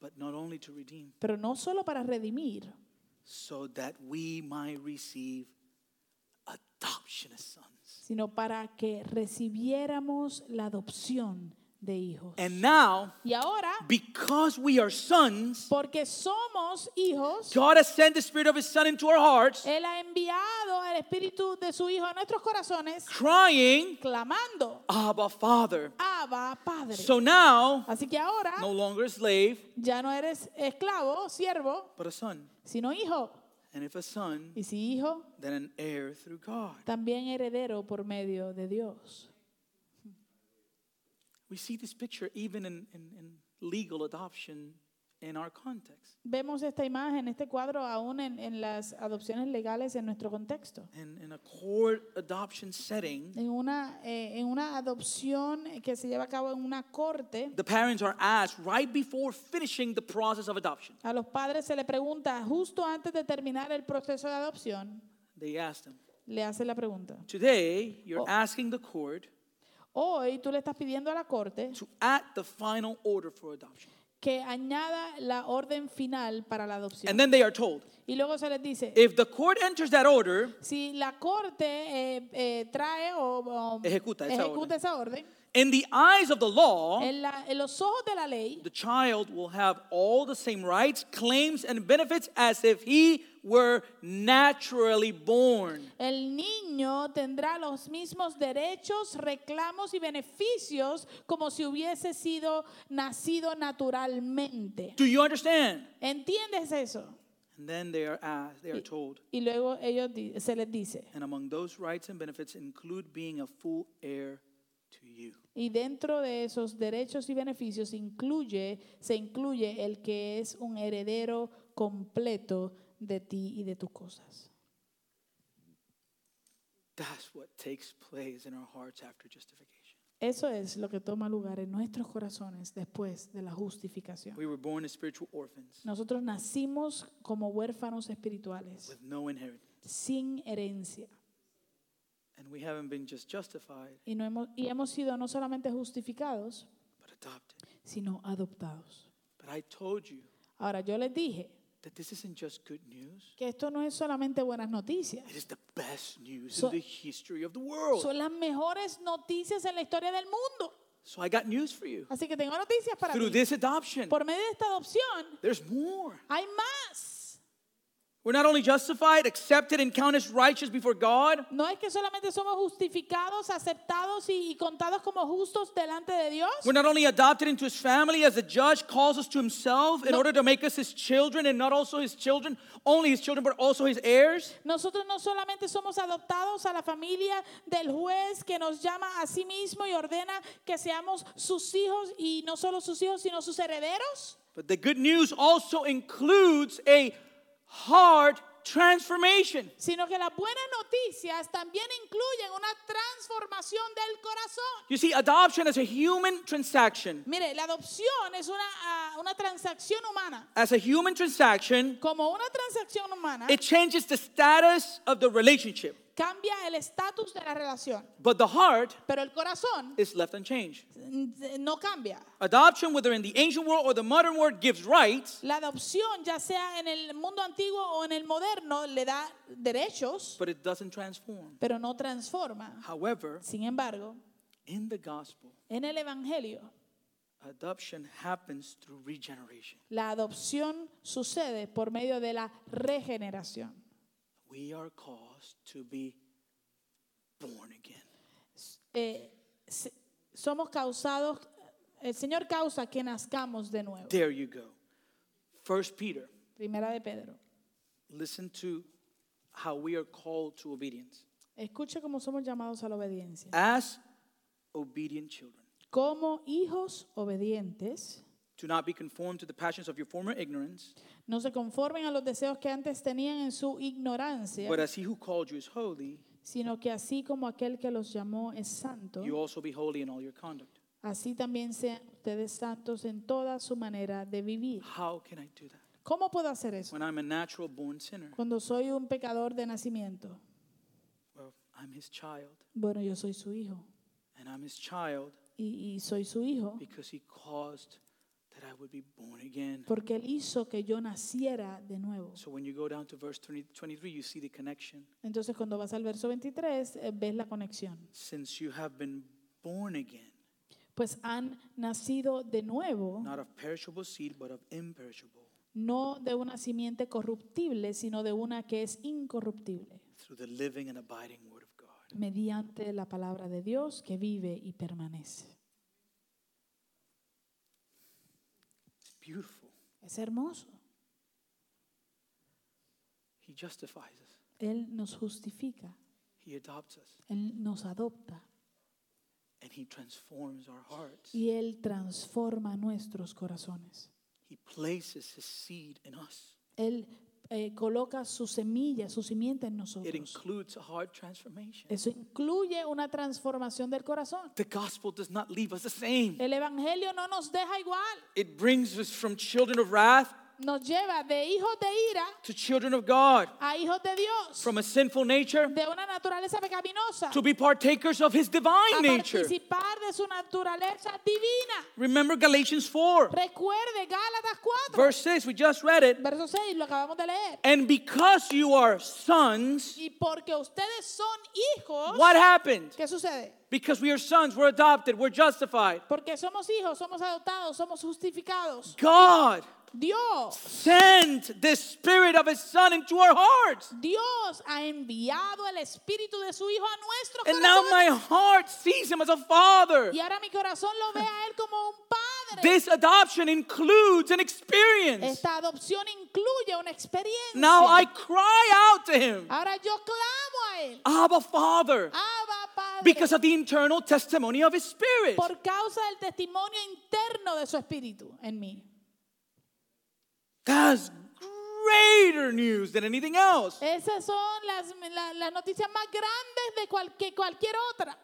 But not only to redeem, Pero no solo para redimir, so that we might receive adoption as sons. sino para que recibiéramos la adopción de hijos. And now, Y ahora, because we are sons, porque somos hijos, God has sent the Spirit of His Son into our hearts, Él ha enviado el Espíritu de su Hijo a nuestros corazones, crying, clamando, Abba, Father. Abba, Padre. So now, Así que ahora no longer a slave, ya no eres esclavo, siervo, but a son. sino hijo. And if a son, Y si hijo, then an heir through God. también heredero por medio de Dios. We see this picture even in, in, in legal adoption in our context. Vemos esta imagen, este cuadro, aún en, en las adopciones legales en nuestro contexto. In, in a court adoption setting, En una, eh, en una adopción que se lleva a cabo en una corte, the parents are asked right before finishing the process of adoption. a los padres se le pregunta, justo antes de terminar el proceso de adopción, They ask them, le hace la pregunta. Today, you're Oh. asking the court Hoy tú le estás pidiendo a la corte to add the final order for adoption. que añada la orden final para la adopción. And then they are told, Y luego se les dice, If the court enters that order, si la corte eh, eh, trae o, o Ejecuta esa orden. ejecuta esa orden, in the eyes of the law, en, la- en los ojos de la ley, the child will have all the same rights, claims, and benefits as if he were naturally born. el niño tendrá los mismos derechos, reclamos y beneficios como si hubiese sido nacido naturalmente. Do you understand? ¿Entiendes eso? And then they are asked, they are Y- told, Y luego ellos di- se les dice, and among those rights and benefits include being a full heir to you. y dentro de esos derechos y beneficios incluye, se incluye el que es un heredero completo de ti y de tus cosas. That's what takes place in our hearts after justification. Eso es lo que toma lugar en nuestros corazones después de la justificación. We were born as spiritual orphans Nosotros nacimos como huérfanos espirituales, with no inheritance, sin herencia. and we haven't been just justified, Y, no hemos, y hemos sido no solamente justificados, but adopted. sino adoptados. But I told you Ahora, yo les dije that this isn't just good news. que esto no es solamente buenas noticias, It is the best news So- in the history of the world. son las mejores noticias en la historia del mundo. So I got news for you. Así que tengo noticias para Through ti. this adoption, Por medio de esta adopción, there's more. hay más. We're not only justified, accepted, and counted as righteous before God, No es que solamente somos justificados, aceptados y, y contados como justos delante de Dios. We're not only adopted into his family as the judge calls us to himself in No. order to make us his children and not also his children, only his children, but also his heirs. Nosotros no solamente somos adoptados a la familia del juez que nos llama a sí mismo y ordena que seamos sus hijos y no solo sus hijos, sino sus herederos. But the good news also includes a heart transformation. sino que las buenas noticias también incluyen una transformación del corazón. You see, adoption is a human transaction. Mire, la adopción es una, ah, una transacción humana. As a human transaction, Como una transacción humana, it changes the status of the relationship, cambia el estatus de la relación, but the heart pero el corazón is left unchanged. mm, no cambia. Adoption, whether in the ancient world or the modern world, gives rights, La adopción, ya sea en el mundo antiguo o en el moderno, le da derechos, but it doesn't transform. pero no transforma. However, Sin embargo, in the gospel, en el Evangelio, adoption happens through regeneration. la adopción sucede por medio de la regeneración. We are caused to be born again. Eh, se- somos causados, el Señor causa que nazcamos de nuevo. There you go. First Peter, Primera de Pedro. listen to how we are called to obedience. Escuche cómo somos llamados a la obediencia. As obedient children, Como hijos obedientes, do not be conformed to the passions of your former ignorance, no se conformen a los deseos que antes tenían en su ignorancia, but as he who called you is holy, sino que así como aquel que los llamó es santo, you also be holy in all your conduct. así también sean ustedes santos en toda su manera de vivir. How can I do that ¿Cómo puedo hacer eso? when I'm a natural born sinner? Cuando soy un pecador de nacimiento. Well, I'm his child, Bueno, yo soy su hijo and I'm his child y, y soy su hijo because he caused that I would be born again. porque él hizo que yo naciera de nuevo. So when you go down to verse 20, 23, you see the connection. Entonces cuando vas al verso 23 eh, ves la conexión. Since you have been born again, Pues han nacido de nuevo, not of perishable seed, but of imperishable, no de una simiente corruptible, sino de una que es incorruptible, through the living and abiding word of God. mediante la palabra de Dios que vive y permanece. It's beautiful. Es hermoso. He justifies us, Él nos justifica, He adopts us, Él nos adopta and He transforms our hearts. y Él transforma nuestros corazones. He places His seed in us. Él eh, coloca su semilla, su simiente en It nosotros. includes a heart transformation. Eso incluye una transformación del corazón. The gospel does not leave us the same. El Evangelio no nos deja igual, It brings us from children of wrath nos lleva de hijos de ira to children of God, a hijos de Dios, from a sinful nature de una naturaleza pecaminosa, to a be partakers of His divine nature. participar de su naturaleza divina. Remember Galatians 4, Recuerde Gálatas 4, verse 6, we just read it. verso 6, lo acabamos de leer. And because you are sons, Y porque ustedes son hijos, what happened? ¿qué sucede? Because we are sons, we're adopted, we're justified. Porque somos hijos, somos adoptados, somos justificados. God Dios sent the spirit of his son into our hearts. Dios ha enviado el espíritu de su hijo a nuestro And now corazón. my heart sees him as a father. Y ahora mi corazón lo ve a él como un padre. This adoption includes an experience. Esta adopción incluye una experiencia. Now I cry out to him, ahora yo clamo a él. Abba Father, Abba, Padre. because of the internal testimony of his spirit. por causa del testimonio interno de su espíritu en mí. That's greater news than anything else. Esas son las, la- las noticias más grandes de cual- que cualquier otra.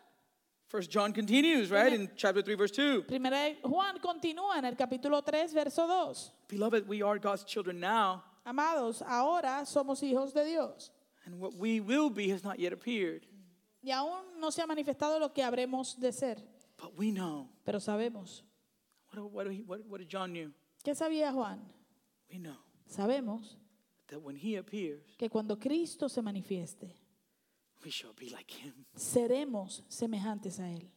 First John continues, right, in chapter 3, verse 2. Primera de Juan continúa en el capítulo 3, verso 2. Beloved, we are God's children now, Amados, ahora somos hijos de Dios. and what we will be has not yet appeared. Y aún no se ha manifestado lo que habremos de ser, But we know. pero sabemos. What, what, what, what did John knew? ¿Qué sabía Juan? We know Sabemos that when he appears, que cuando Cristo se manifieste, we shall be like him, seremos semejantes a Él,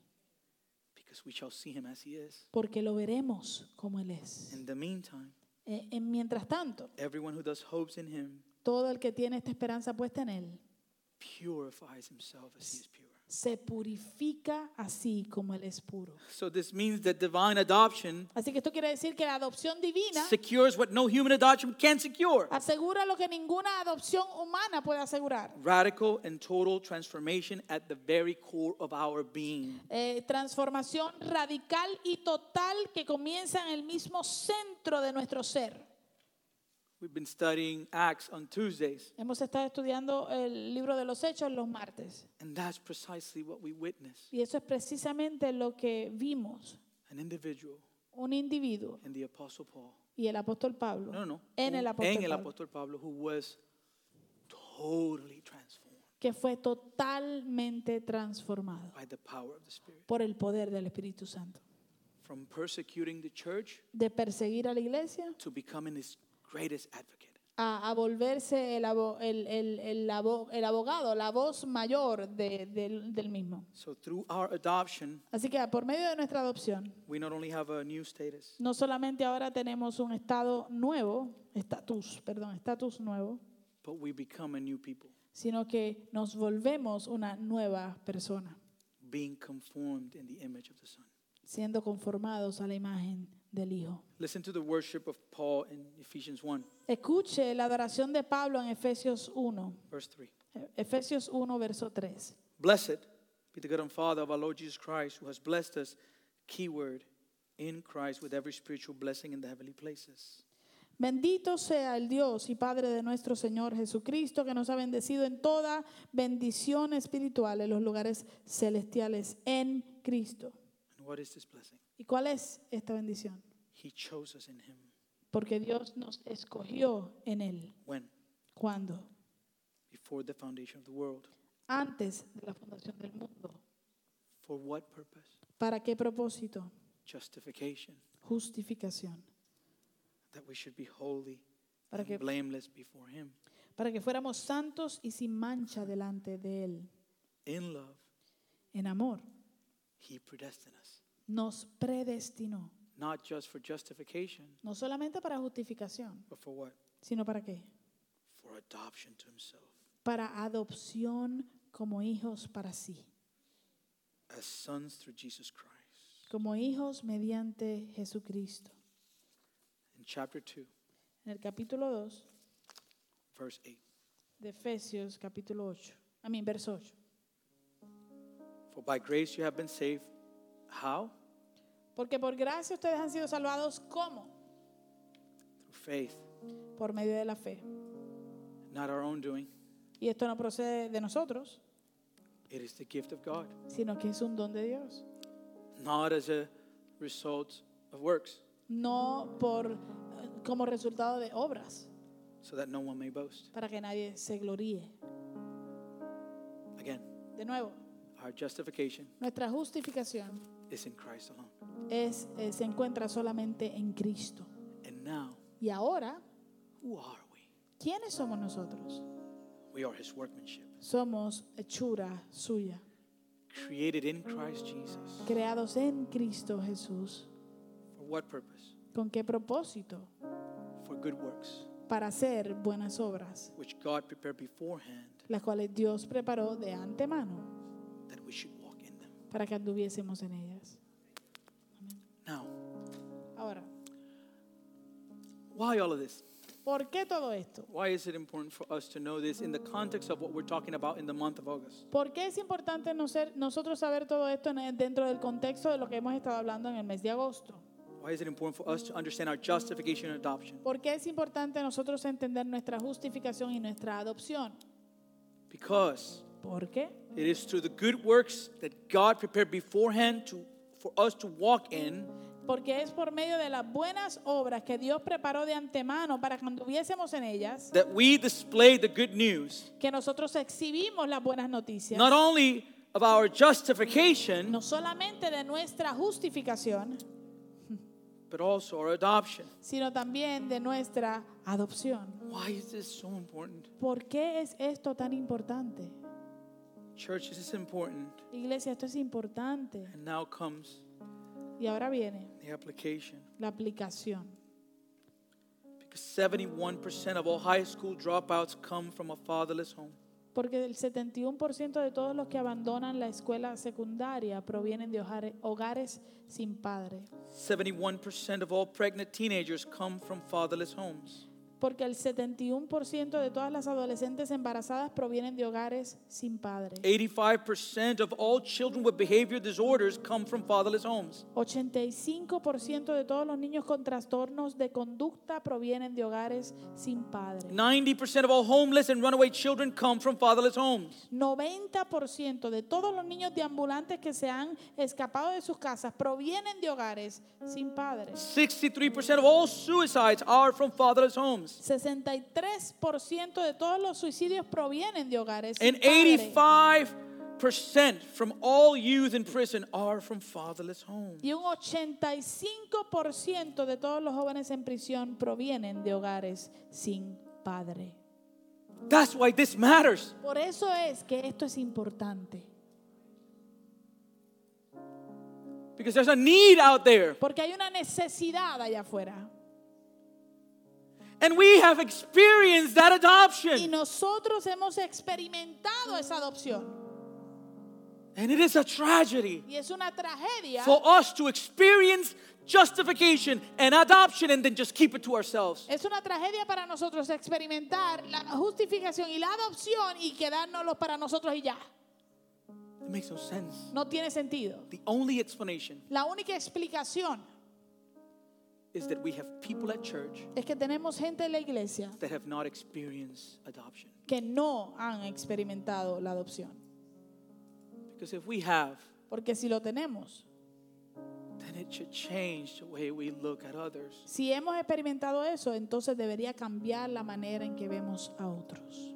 because we shall see him as he is. porque lo veremos como Él es. In the meantime, Eh, en- mientras tanto, everyone who does hopes in him todo el que tiene esta esperanza puesta en Él purifies himself as he is pure. se purifica así como Él es puro. So this means that divine adoption Así que esto quiere decir que la adopción divina secures what no human adoption can secure. asegura lo que ninguna adopción humana puede asegurar. Radical and total transformation at the very core of our being. Eh, transformación radical y total que comienza en el mismo centro de nuestro ser. We've been studying Acts on Tuesdays, Hemos estado estudiando el libro de los hechos los martes. and that's precisely what we witnessed Y eso es precisamente lo que vimos an individual un individuo and the Apostle Paul. y el apóstol Pablo. No, no, no. En el Who- apóstol en el Pablo, apóstol Pablo, who was totally transformed que fue totalmente transformado by the power of the Spirit. por el poder del Espíritu Santo. From persecuting the church De perseguir a la iglesia to becoming his greatest advocate. a, a volverse el, abo- el- el- el abo- el abogado, la voz mayor de- del- del mismo. So through our adoption, Así que ah, por medio de nuestra adopción, we not only have a new status, no solamente ahora tenemos un estado nuevo, estatus, perdón, estatus nuevo, but we become a new people, sino que nos volvemos una nueva persona, being conformed in the image of the Son. siendo conformados a la imagen del Hijo. Listen to the worship of Paul in Ephesians 1, Escuche la adoración de Pablo en Efesios 1, verse 3. eh, Efesios 1, verso 3. Blessed be the God and Father of our Lord Jesus Christ, who has blessed us, keyword, in Christ with every spiritual blessing in the heavenly places. Bendito sea el Dios y Padre de nuestro Señor Jesucristo, que nos ha bendecido en toda bendición espiritual en los lugares celestiales en Cristo. And what is this blessing? ¿Y cuál es esta bendición? He chose us in Him. Porque Dios nos escogió en Él. When? ¿Cuándo? Before the foundation of the world. Antes de la fundación del mundo. For what purpose? ¿Para qué propósito? Justification, Justificación. that we should be holy Para and que- blameless before Him. Para que fuéramos santos y sin mancha delante de Él. In love, En amor. He predestined us, Nos predestinó. not just for justification, No solamente para justificación, but for what? sino para qué? For adoption to Himself Para adopción como hijos para sí. as sons through Jesus Christ. Como hijos mediante Jesucristo. In chapter 2, En el capítulo 2 verse 8. de Efesios, capítulo 8. A mí, verso 8. For by grace you have been saved. How? Porque por gracia ustedes han sido salvados ¿cómo? Through faith, Por medio de la fe. not our own doing. Y esto no procede de nosotros, It is the gift of God, sino que es un don de Dios. not as a result of works, No por eh, como resultado de obras, so that no one may boast. para que nadie se gloríe. Again, De nuevo, our justification nuestra justificación is in Christ alone. es, eh, se encuentra solamente en Cristo. And now, Y ahora, who are we? ¿quiénes somos nosotros? We are his workmanship, Somos hechura suya, created in Christ Jesus. creados en Cristo Jesús. For what purpose? ¿Con qué propósito? For good works, Para hacer buenas obras. which God prepared beforehand las cuales Dios preparó de antemano that we should walk in them. para que anduviésemos en ellas. Now, Ahora, why all of this? ¿por qué todo esto? Why is it important for us to know this in the context of what we're talking about in the month of August? ¿Por qué es importante no ser- nosotros saber todo esto en el- dentro del contexto de lo que hemos estado hablando en el mes de agosto? Why is it important for us to understand our justification and adoption? ¿Por qué es importante nosotros entender nuestra justificación y nuestra adopción? Because ¿Por qué? it is through the good works that God prepared beforehand to, for us to walk in Porque es por medio de las buenas obras que Dios preparó de antemano para que anduviésemos en ellas that we display the good news, que nosotros exhibimos las buenas noticias. not only of our justification, No solamente de nuestra justificación, but also our adoption. sino también de nuestra adopción. Why is this so important? ¿Por qué es esto tan importante? Church, this is important. Iglesia, esto es importante. And now comes Y ahora viene the application. la aplicación. Because 71% of all high school dropouts come from a fatherless home. Porque el 71% de todos los que abandonan la escuela secundaria provienen de hojare- hogares sin padre. 71% of all pregnant teenagers come from fatherless homes. porque el 71% de todas las adolescentes embarazadas provienen de hogares sin padres. Eh. 85% of all children with behavior disorders come from fatherless homes. 85% de todos los niños con trastornos de conducta provienen de hogares sin padres. 90% of all homeless and runaway children come from fatherless homes. 90% de todos los niños deambulantes que se han escapado de sus casas provienen de hogares sin padres. 63% of all suicides are from fatherless homes. 63% de todos los suicidios provienen de hogares sin And padres. 85% from all youth in prison are from fatherless homes. Y un 85% de todos los jóvenes en prisión provienen de hogares sin padre. That's why this matters. Por eso es que esto es importante. Because there's a need out there. Porque hay una necesidad allá afuera. And we have experienced that Y adoption. nosotros hemos experimentado esa adopción. And it is a tragedy Y es una tragedia for us to experience justification and adoption and then just keep it to ourselves. Es una tragedia para nosotros experimentar la justificación y la adopción y quedárnoslos para nosotros y ya. It makes no sense. No tiene sentido. The only explanation La única explicación is that we have people at church es que tenemos gente en la iglesia that have not experienced adoption. que no han experimentado la adopción. Because if we have, Porque si lo tenemos, then it should change the way we look at others. si hemos experimentado eso, entonces debería cambiar la manera en que vemos a otros.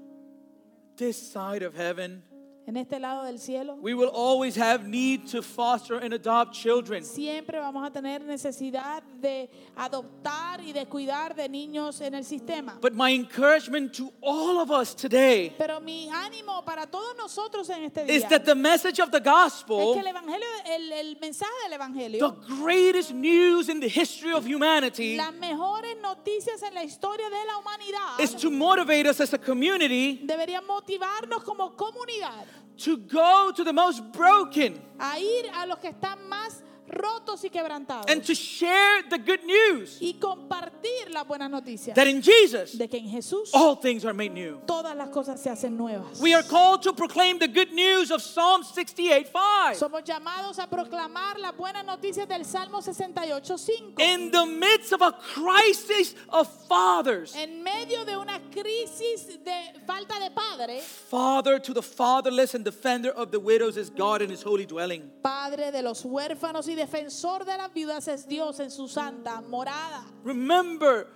This side of heaven, En este lado del cielo, we will always have need to foster and adopt children. siempre vamos a tener necesidad de adoptar y de cuidar de niños en el sistema. But my encouragement to all of us today Pero mi ánimo para todos nosotros en este día is es that the message of the que el gospel, evangelio, el, el mensaje del the evangelio, greatest news in the history of humanity, las mejores noticias en la historia de la humanidad, is to motivate us as a community deberían motivarnos como comunidad to go to the most broken a ir a los que están más rotos y quebrantados and to share the good news y compartir las buenas noticias that in Jesus de que en Jesús all things are made new. todas las cosas se hacen nuevas. We are called to proclaim the good news of Psalm 68 5. Somos llamados a proclamar las buenas noticias del Salmo 68.5. In the midst of a crisis of fathers, En medio de una crisis de falta de padre, father to the fatherless and defender of the widows is God in his holy dwelling. padre de los huérfanos y defensor de las viudas es Dios en su santa morada. Remember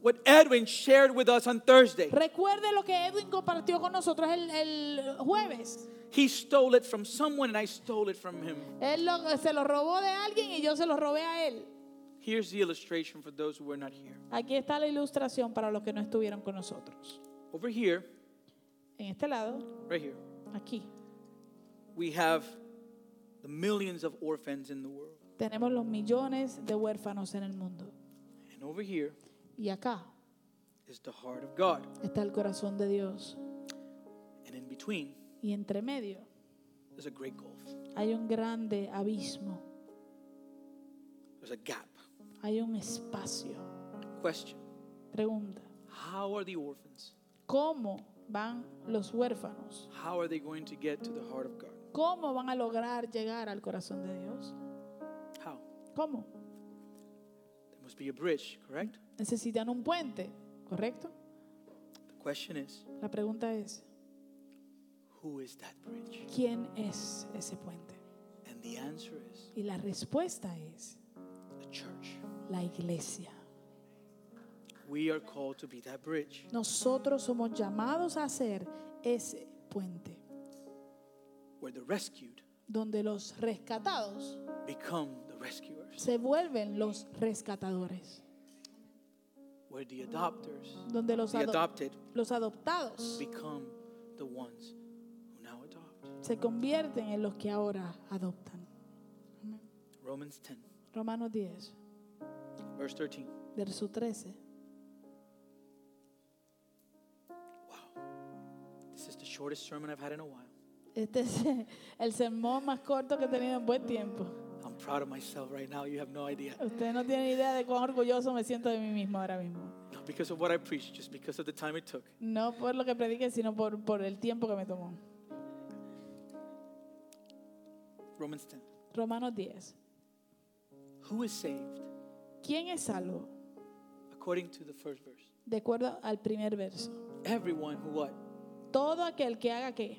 what Edwin shared with us on Thursday. Recuerde lo que Edwin compartió con nosotros el, el jueves. He stole it from someone and I stole it from him. Él lo- se lo robó de alguien y yo se lo robé a él. Here's the illustration for those who were not here. Aquí está la ilustración para los que no estuvieron con nosotros. Over here, En este lado, right here, aquí, we have the millions of orphans in the world. tenemos los millones de huérfanos en el mundo. And over here Y acá is the heart of God. está el corazón de Dios. And in between Y entre medio there's a great gulf. hay un grande abismo, There's a gap. hay un espacio. Question. Pregunta. How are the orphans? ¿Cómo van los huérfanos? How are they going to get to the heart of God? ¿Cómo van a lograr llegar al corazón de Dios? How? ¿Cómo? There must be a bridge, correct? Necesitan un puente, ¿correcto? The question is, La pregunta es, who is that bridge? ¿quién es ese puente? And the answer is Y la respuesta es the church. la iglesia. We are called to be that bridge. Nosotros somos llamados a ser ese puente, Where the rescued donde los rescatados become the rescuers. se vuelven los rescatadores, Where the adopters, donde los, the ado- adopted, los adoptados become the ones who now adopt. se convierten en los que ahora adoptan. Romans 10, Romanos 10, verse 13. verso 13. Wow. This is the shortest sermon I've had in a while. Este es [LAUGHS] el sermón más corto que he tenido en buen tiempo. I'm proud of myself right now. You have no idea. Ustedes no tienen idea de cuán orgulloso me siento de mí mismo ahora mismo. No, because of what I preached, just because of the time it took. No por lo que prediqué, sino por, por el tiempo que me tomó. Romans 10. Romanos 10. Who is saved ¿Quién es salvo? according to the first verse? De acuerdo al primer verso. Everyone who what? Todo aquel que haga qué?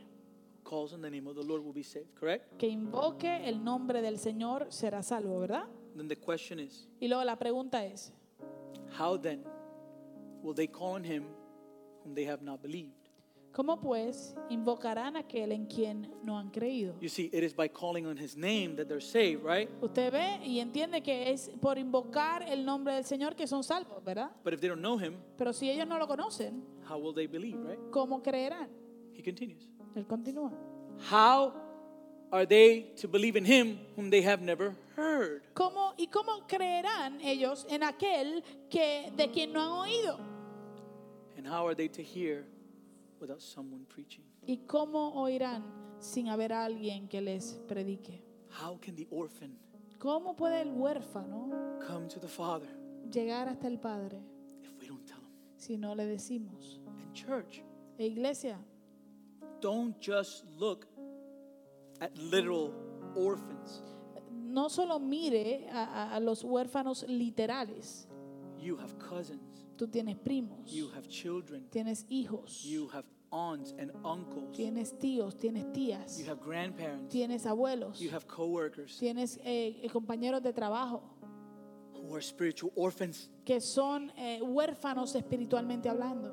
Calls on the name of the Lord will be saved, correct? Que invoque el nombre del Señor será salvo, ¿verdad? Then the question is, Y luego la pregunta es, how then will they call on him whom they have not believed? ¿cómo pues invocarán aquel en quien no han creído? You see, it is by calling on his name that they're saved, right? Usted ve y entiende que es por invocar el nombre del Señor que son salvos, ¿verdad? But if they don't know him, Pero si ellos no lo conocen, how will they believe, right? ¿cómo creerán? He continues. Él continúa. How are they to believe in him whom they have never heard? ¿Cómo, ¿Y cómo creerán ellos en aquel que, de quien no han oído? And how are they to hear without someone preaching? ¿Y cómo oirán sin haber alguien que les predique? How can the orphan ¿Cómo puede el huérfano come to the Father llegar hasta el Padre if we don't tell him? si no le decimos? And, church, E iglesia, don't just look at literal orphans. no solo mire a, a- a los huérfanos literales, You have cousins, tú tienes primos, you have children, tienes hijos, you have aunts and uncles, tienes tíos, tienes tías, you have grandparents, tienes abuelos, you have coworkers tienes eh, compañeros de trabajo who are spiritual orphans. que son eh, huérfanos espiritualmente hablando.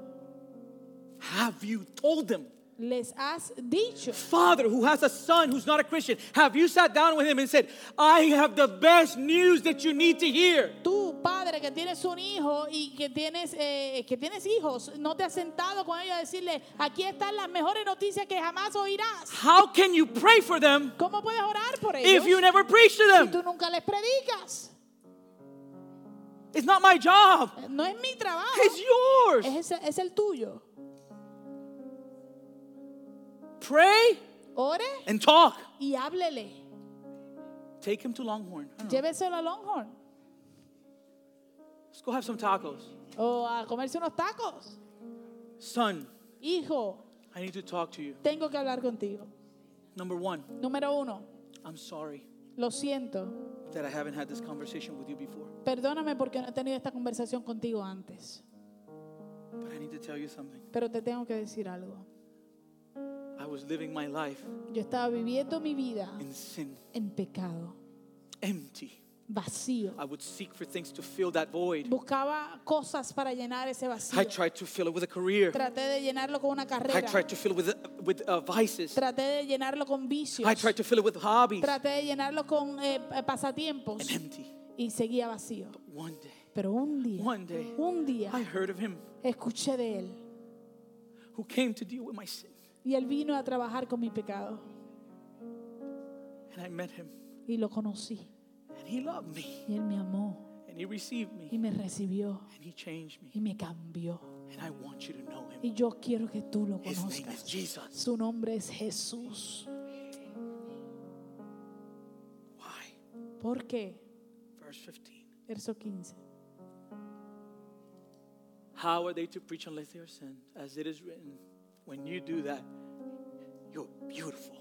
Have you told them? les has dicho. father who has a son who's not a Christian, have you sat down with him and said, I have the best news that you need to hear? Tú, padre, que tienes un hijo y que tienes, eh, que tienes hijos, no te has sentado con ellos a decirle, aquí están las mejores noticias que jamás oirás. How can you pray for them ¿Cómo puedes orar por ellos if you never preach to si them? tú nunca les predicas? It's not my job, Eh, No es mi trabajo, it's yours. es, es el tuyo. Pray Ore and talk. y háblele. Take him to Longhorn. Lléveselo a Longhorn Let's go have some tacos. o a comerse unos tacos. Son, Hijo, I need to talk to you. tengo que hablar contigo. Number one, Número uno, I'm sorry lo siento. that I haven't had this conversation with you before, Perdóname porque no he tenido esta conversación contigo antes. but I need to tell you something. Pero te tengo que decir algo. I was living my life Yo estaba viviendo mi vida in sin, en pecado, empty. vacío. I would seek for things to fill that void. Buscaba cosas para llenar ese vacío. I tried to fill it with a career. Traté de llenarlo con una I carrera. tried to fill it with, with uh, vices. Traté de llenarlo con vicios. I tried to fill it with hobbies. Traté de llenarlo con eh, And pasatiempos empty. y seguía vacío. One day, Pero un día, One day, un día, I heard of him escuché de él who came to deal with my sin. y él vino a trabajar con mi pecado And I met him. y lo conocí And he loved me. y él me amó And he received me. y me recibió And he changed me. y me cambió. And I want you to know him. Y yo quiero que tú lo His name conozcas. is Jesus. Su nombre es Jesús. Why? ¿Por qué? Verse 15. Verso 15. How are they to preach unless they are sent? As it is written, when you do that, you're beautiful.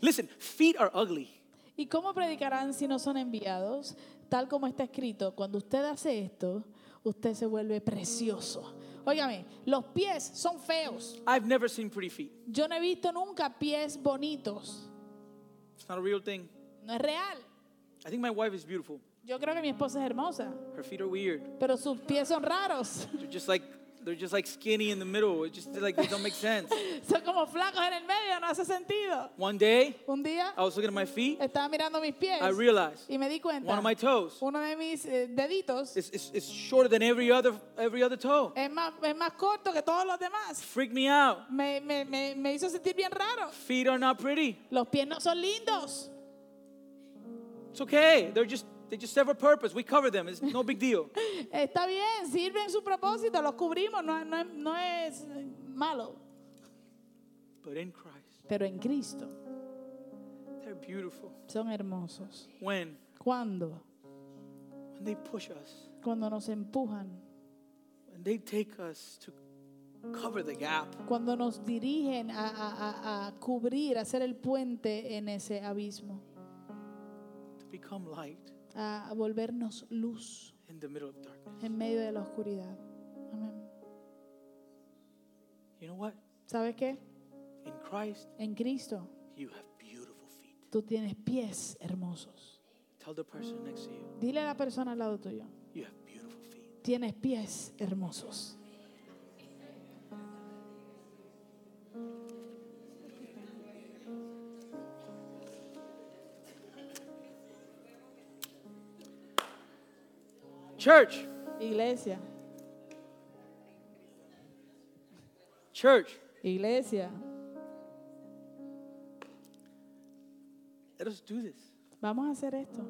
Listen, feet are ugly. ¿Y cómo predicarán si no son enviados? Tal como está escrito, cuando usted hace esto, usted se vuelve precioso. Óigame, los pies son feos. I've never seen pretty feet. Yo no he visto nunca pies bonitos. It's not a real thing. No es real. I think my wife is beautiful. Yo creo que mi esposa es hermosa, Her feet are weird. pero sus pies son raros. [LAUGHS] They're just like they're just like skinny in the middle. It just they're like they don't make sense. Son como flacos en el medio, no hace sentido. One day, Un día I was looking at my feet. estaba mirando mis pies I realized y me di cuenta, one of my toes uno de mis eh, deditos is, is, is shorter than every other every other toe. es más, es más corto que todos los demás. Freaked me out. Me, me- me- me hizo sentir bien raro. Feet are not pretty. Los pies no son lindos. It's okay. They're just they just serve a purpose. We cover them. It's no big deal. Está bien, sirven su propósito, los cubrimos, no, no es- no es malo. But in Christ, Pero en Cristo they're beautiful. son hermosos. When ¿Cuándo? when they push us Cuando nos empujan And they take us to cover the gap. cuando nos dirigen a, a- a- a cubrir, a hacer el puente en ese abismo, to become light a, a volvernos luz in the middle of darkness. en medio de la oscuridad. Amén. You know what? ¿Sabes qué? In Christ, En Cristo you have beautiful feet. tú tienes pies hermosos. Tell the person next to you, Dile a la persona al lado tuyo, you have beautiful feet. tienes pies hermosos. Church, Iglesia, church, iglesia, let us do this. vamos a hacer esto.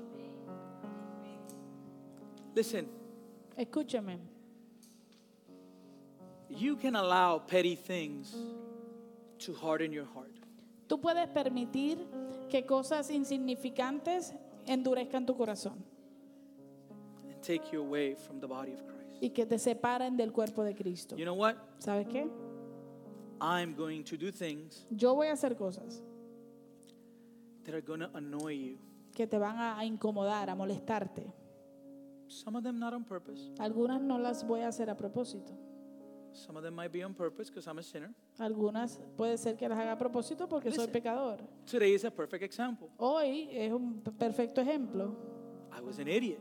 Listen, Escúchame, you can allow petty things to harden your heart. tú puedes permitir que cosas insignificantes endurezcan tu corazón. and take you away from the body of Christ. y que te separen del cuerpo de Cristo. You know what? ¿Sabes qué? I'm going to do things Yo voy a hacer cosas that are going to annoy you. que te van a, a incomodar, a molestarte. Some of them not on purpose. Algunas no las voy a hacer a propósito. Some of them might be on purpose because I'm a sinner. Algunas puede ser que las haga a propósito porque soy Listen. pecador. Today is a perfect example. Hoy es un p- perfecto ejemplo. I was an idiot.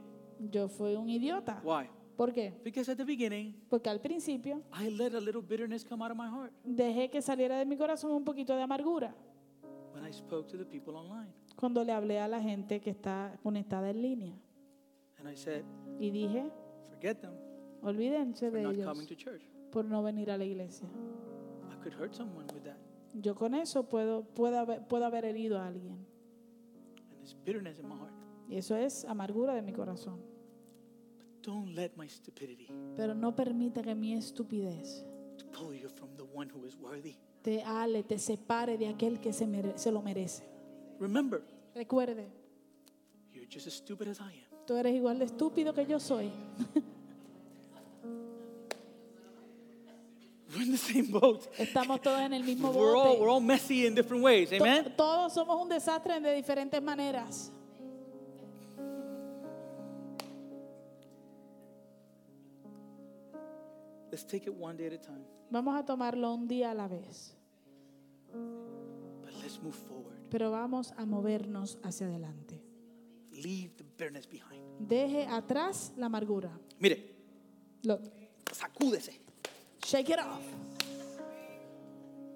Yo fui un idiota. Why? ¿Por qué? Because at the beginning, Porque al principio I let a little bitterness come out of my heart dejé que saliera de mi corazón un poquito de amargura when I spoke to the people online. cuando le hablé a la gente que está conectada en línea. And I said, Y dije, forget them olvídense for de not ellos coming to church. por no venir a la iglesia. I could hurt someone with that. Yo con eso puedo, puedo, haber, puedo haber herido a alguien. And there's bitterness in my heart. Y eso es amargura de mi corazón. Don't let my stupidity Pero no permita que mi estupidez pull you from the one who is worthy. te ale, te separe de aquel que se, mere- se lo merece. Remember, Recuerde, you're just as stupid as I am. tú eres igual de estúpido que yo soy. We're in the same boat. Estamos todos en el mismo We're all, we're bote. all messy in different ways. To- Amen? todos somos un desastre de diferentes maneras. Let's take it one day at a time. Vamos a tomarlo un día a la vez, But let's move forward. pero vamos a movernos hacia adelante. Leave the bitterness behind. Deje atrás la amargura. Mire, Look, sacúdese. shake it off,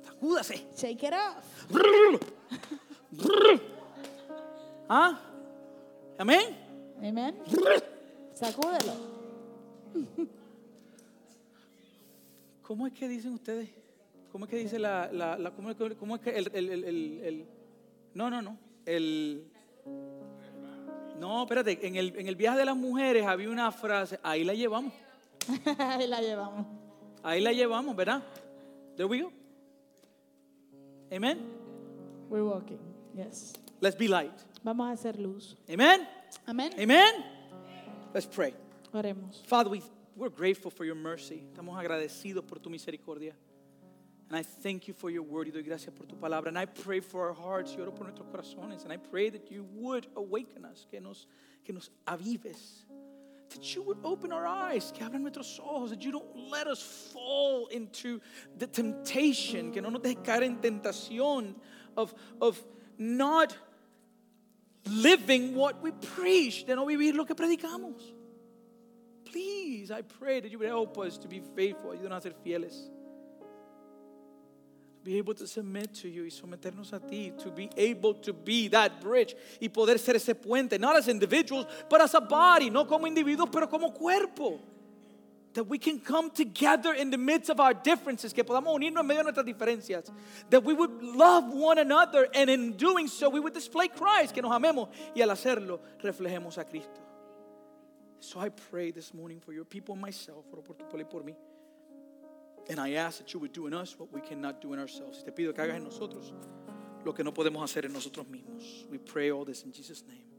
Sacúdase. shake it off. ¿Ah? Amén. Amén. Sacúdelo. [LAUGHS] ¿Cómo es que dicen ustedes? ¿Cómo es que dice la. la, la- cómo, es que- cómo es que el, el- el- el- el- No, no, no. El. No, espérate. En el, en el viaje de las mujeres había una frase. Ahí la llevamos. Ahí la llevamos. Ahí la llevamos, ¿verdad? There we go. Amen. We're walking. Yes. Let's be light. Vamos a hacer luz. Amen. Amén. Amen. Let's pray. Oremos. Father, we, we're grateful for your mercy. Estamos agradecidos por tu misericordia. And I thank you for your word. Y doy gracias por tu palabra. And I pray for our hearts. Y oro por nuestros corazones. And I pray that you would awaken us. Que nos, que nos avives. That you would open our eyes. Que abran nuestros ojos. That you don't let us fall into the temptation. Que no nos dejes caer en tentación of, of not living what we preach. De no vivir lo que predicamos. Please, I pray that you would help us to be faithful, ayúdanos a ser fieles. To be able to submit to you y someternos a ti, to be able to be that bridge y poder ser ese puente, not as individuals, but as a body, no como individuos, pero como cuerpo. That we can come together in the midst of our differences, que podamos unirnos en medio de nuestras diferencias. That we would love one another, and in doing so, we would display Christ, que nos amemos, y al hacerlo, reflejemos a Cristo. So I pray this morning for your people and myself, oro por tu pueblo y por mí. And I ask that you would do in us what we cannot do in ourselves. Y Te pido que hagas en nosotros lo que no podemos hacer en nosotros mismos. We pray all this in Jesus' name.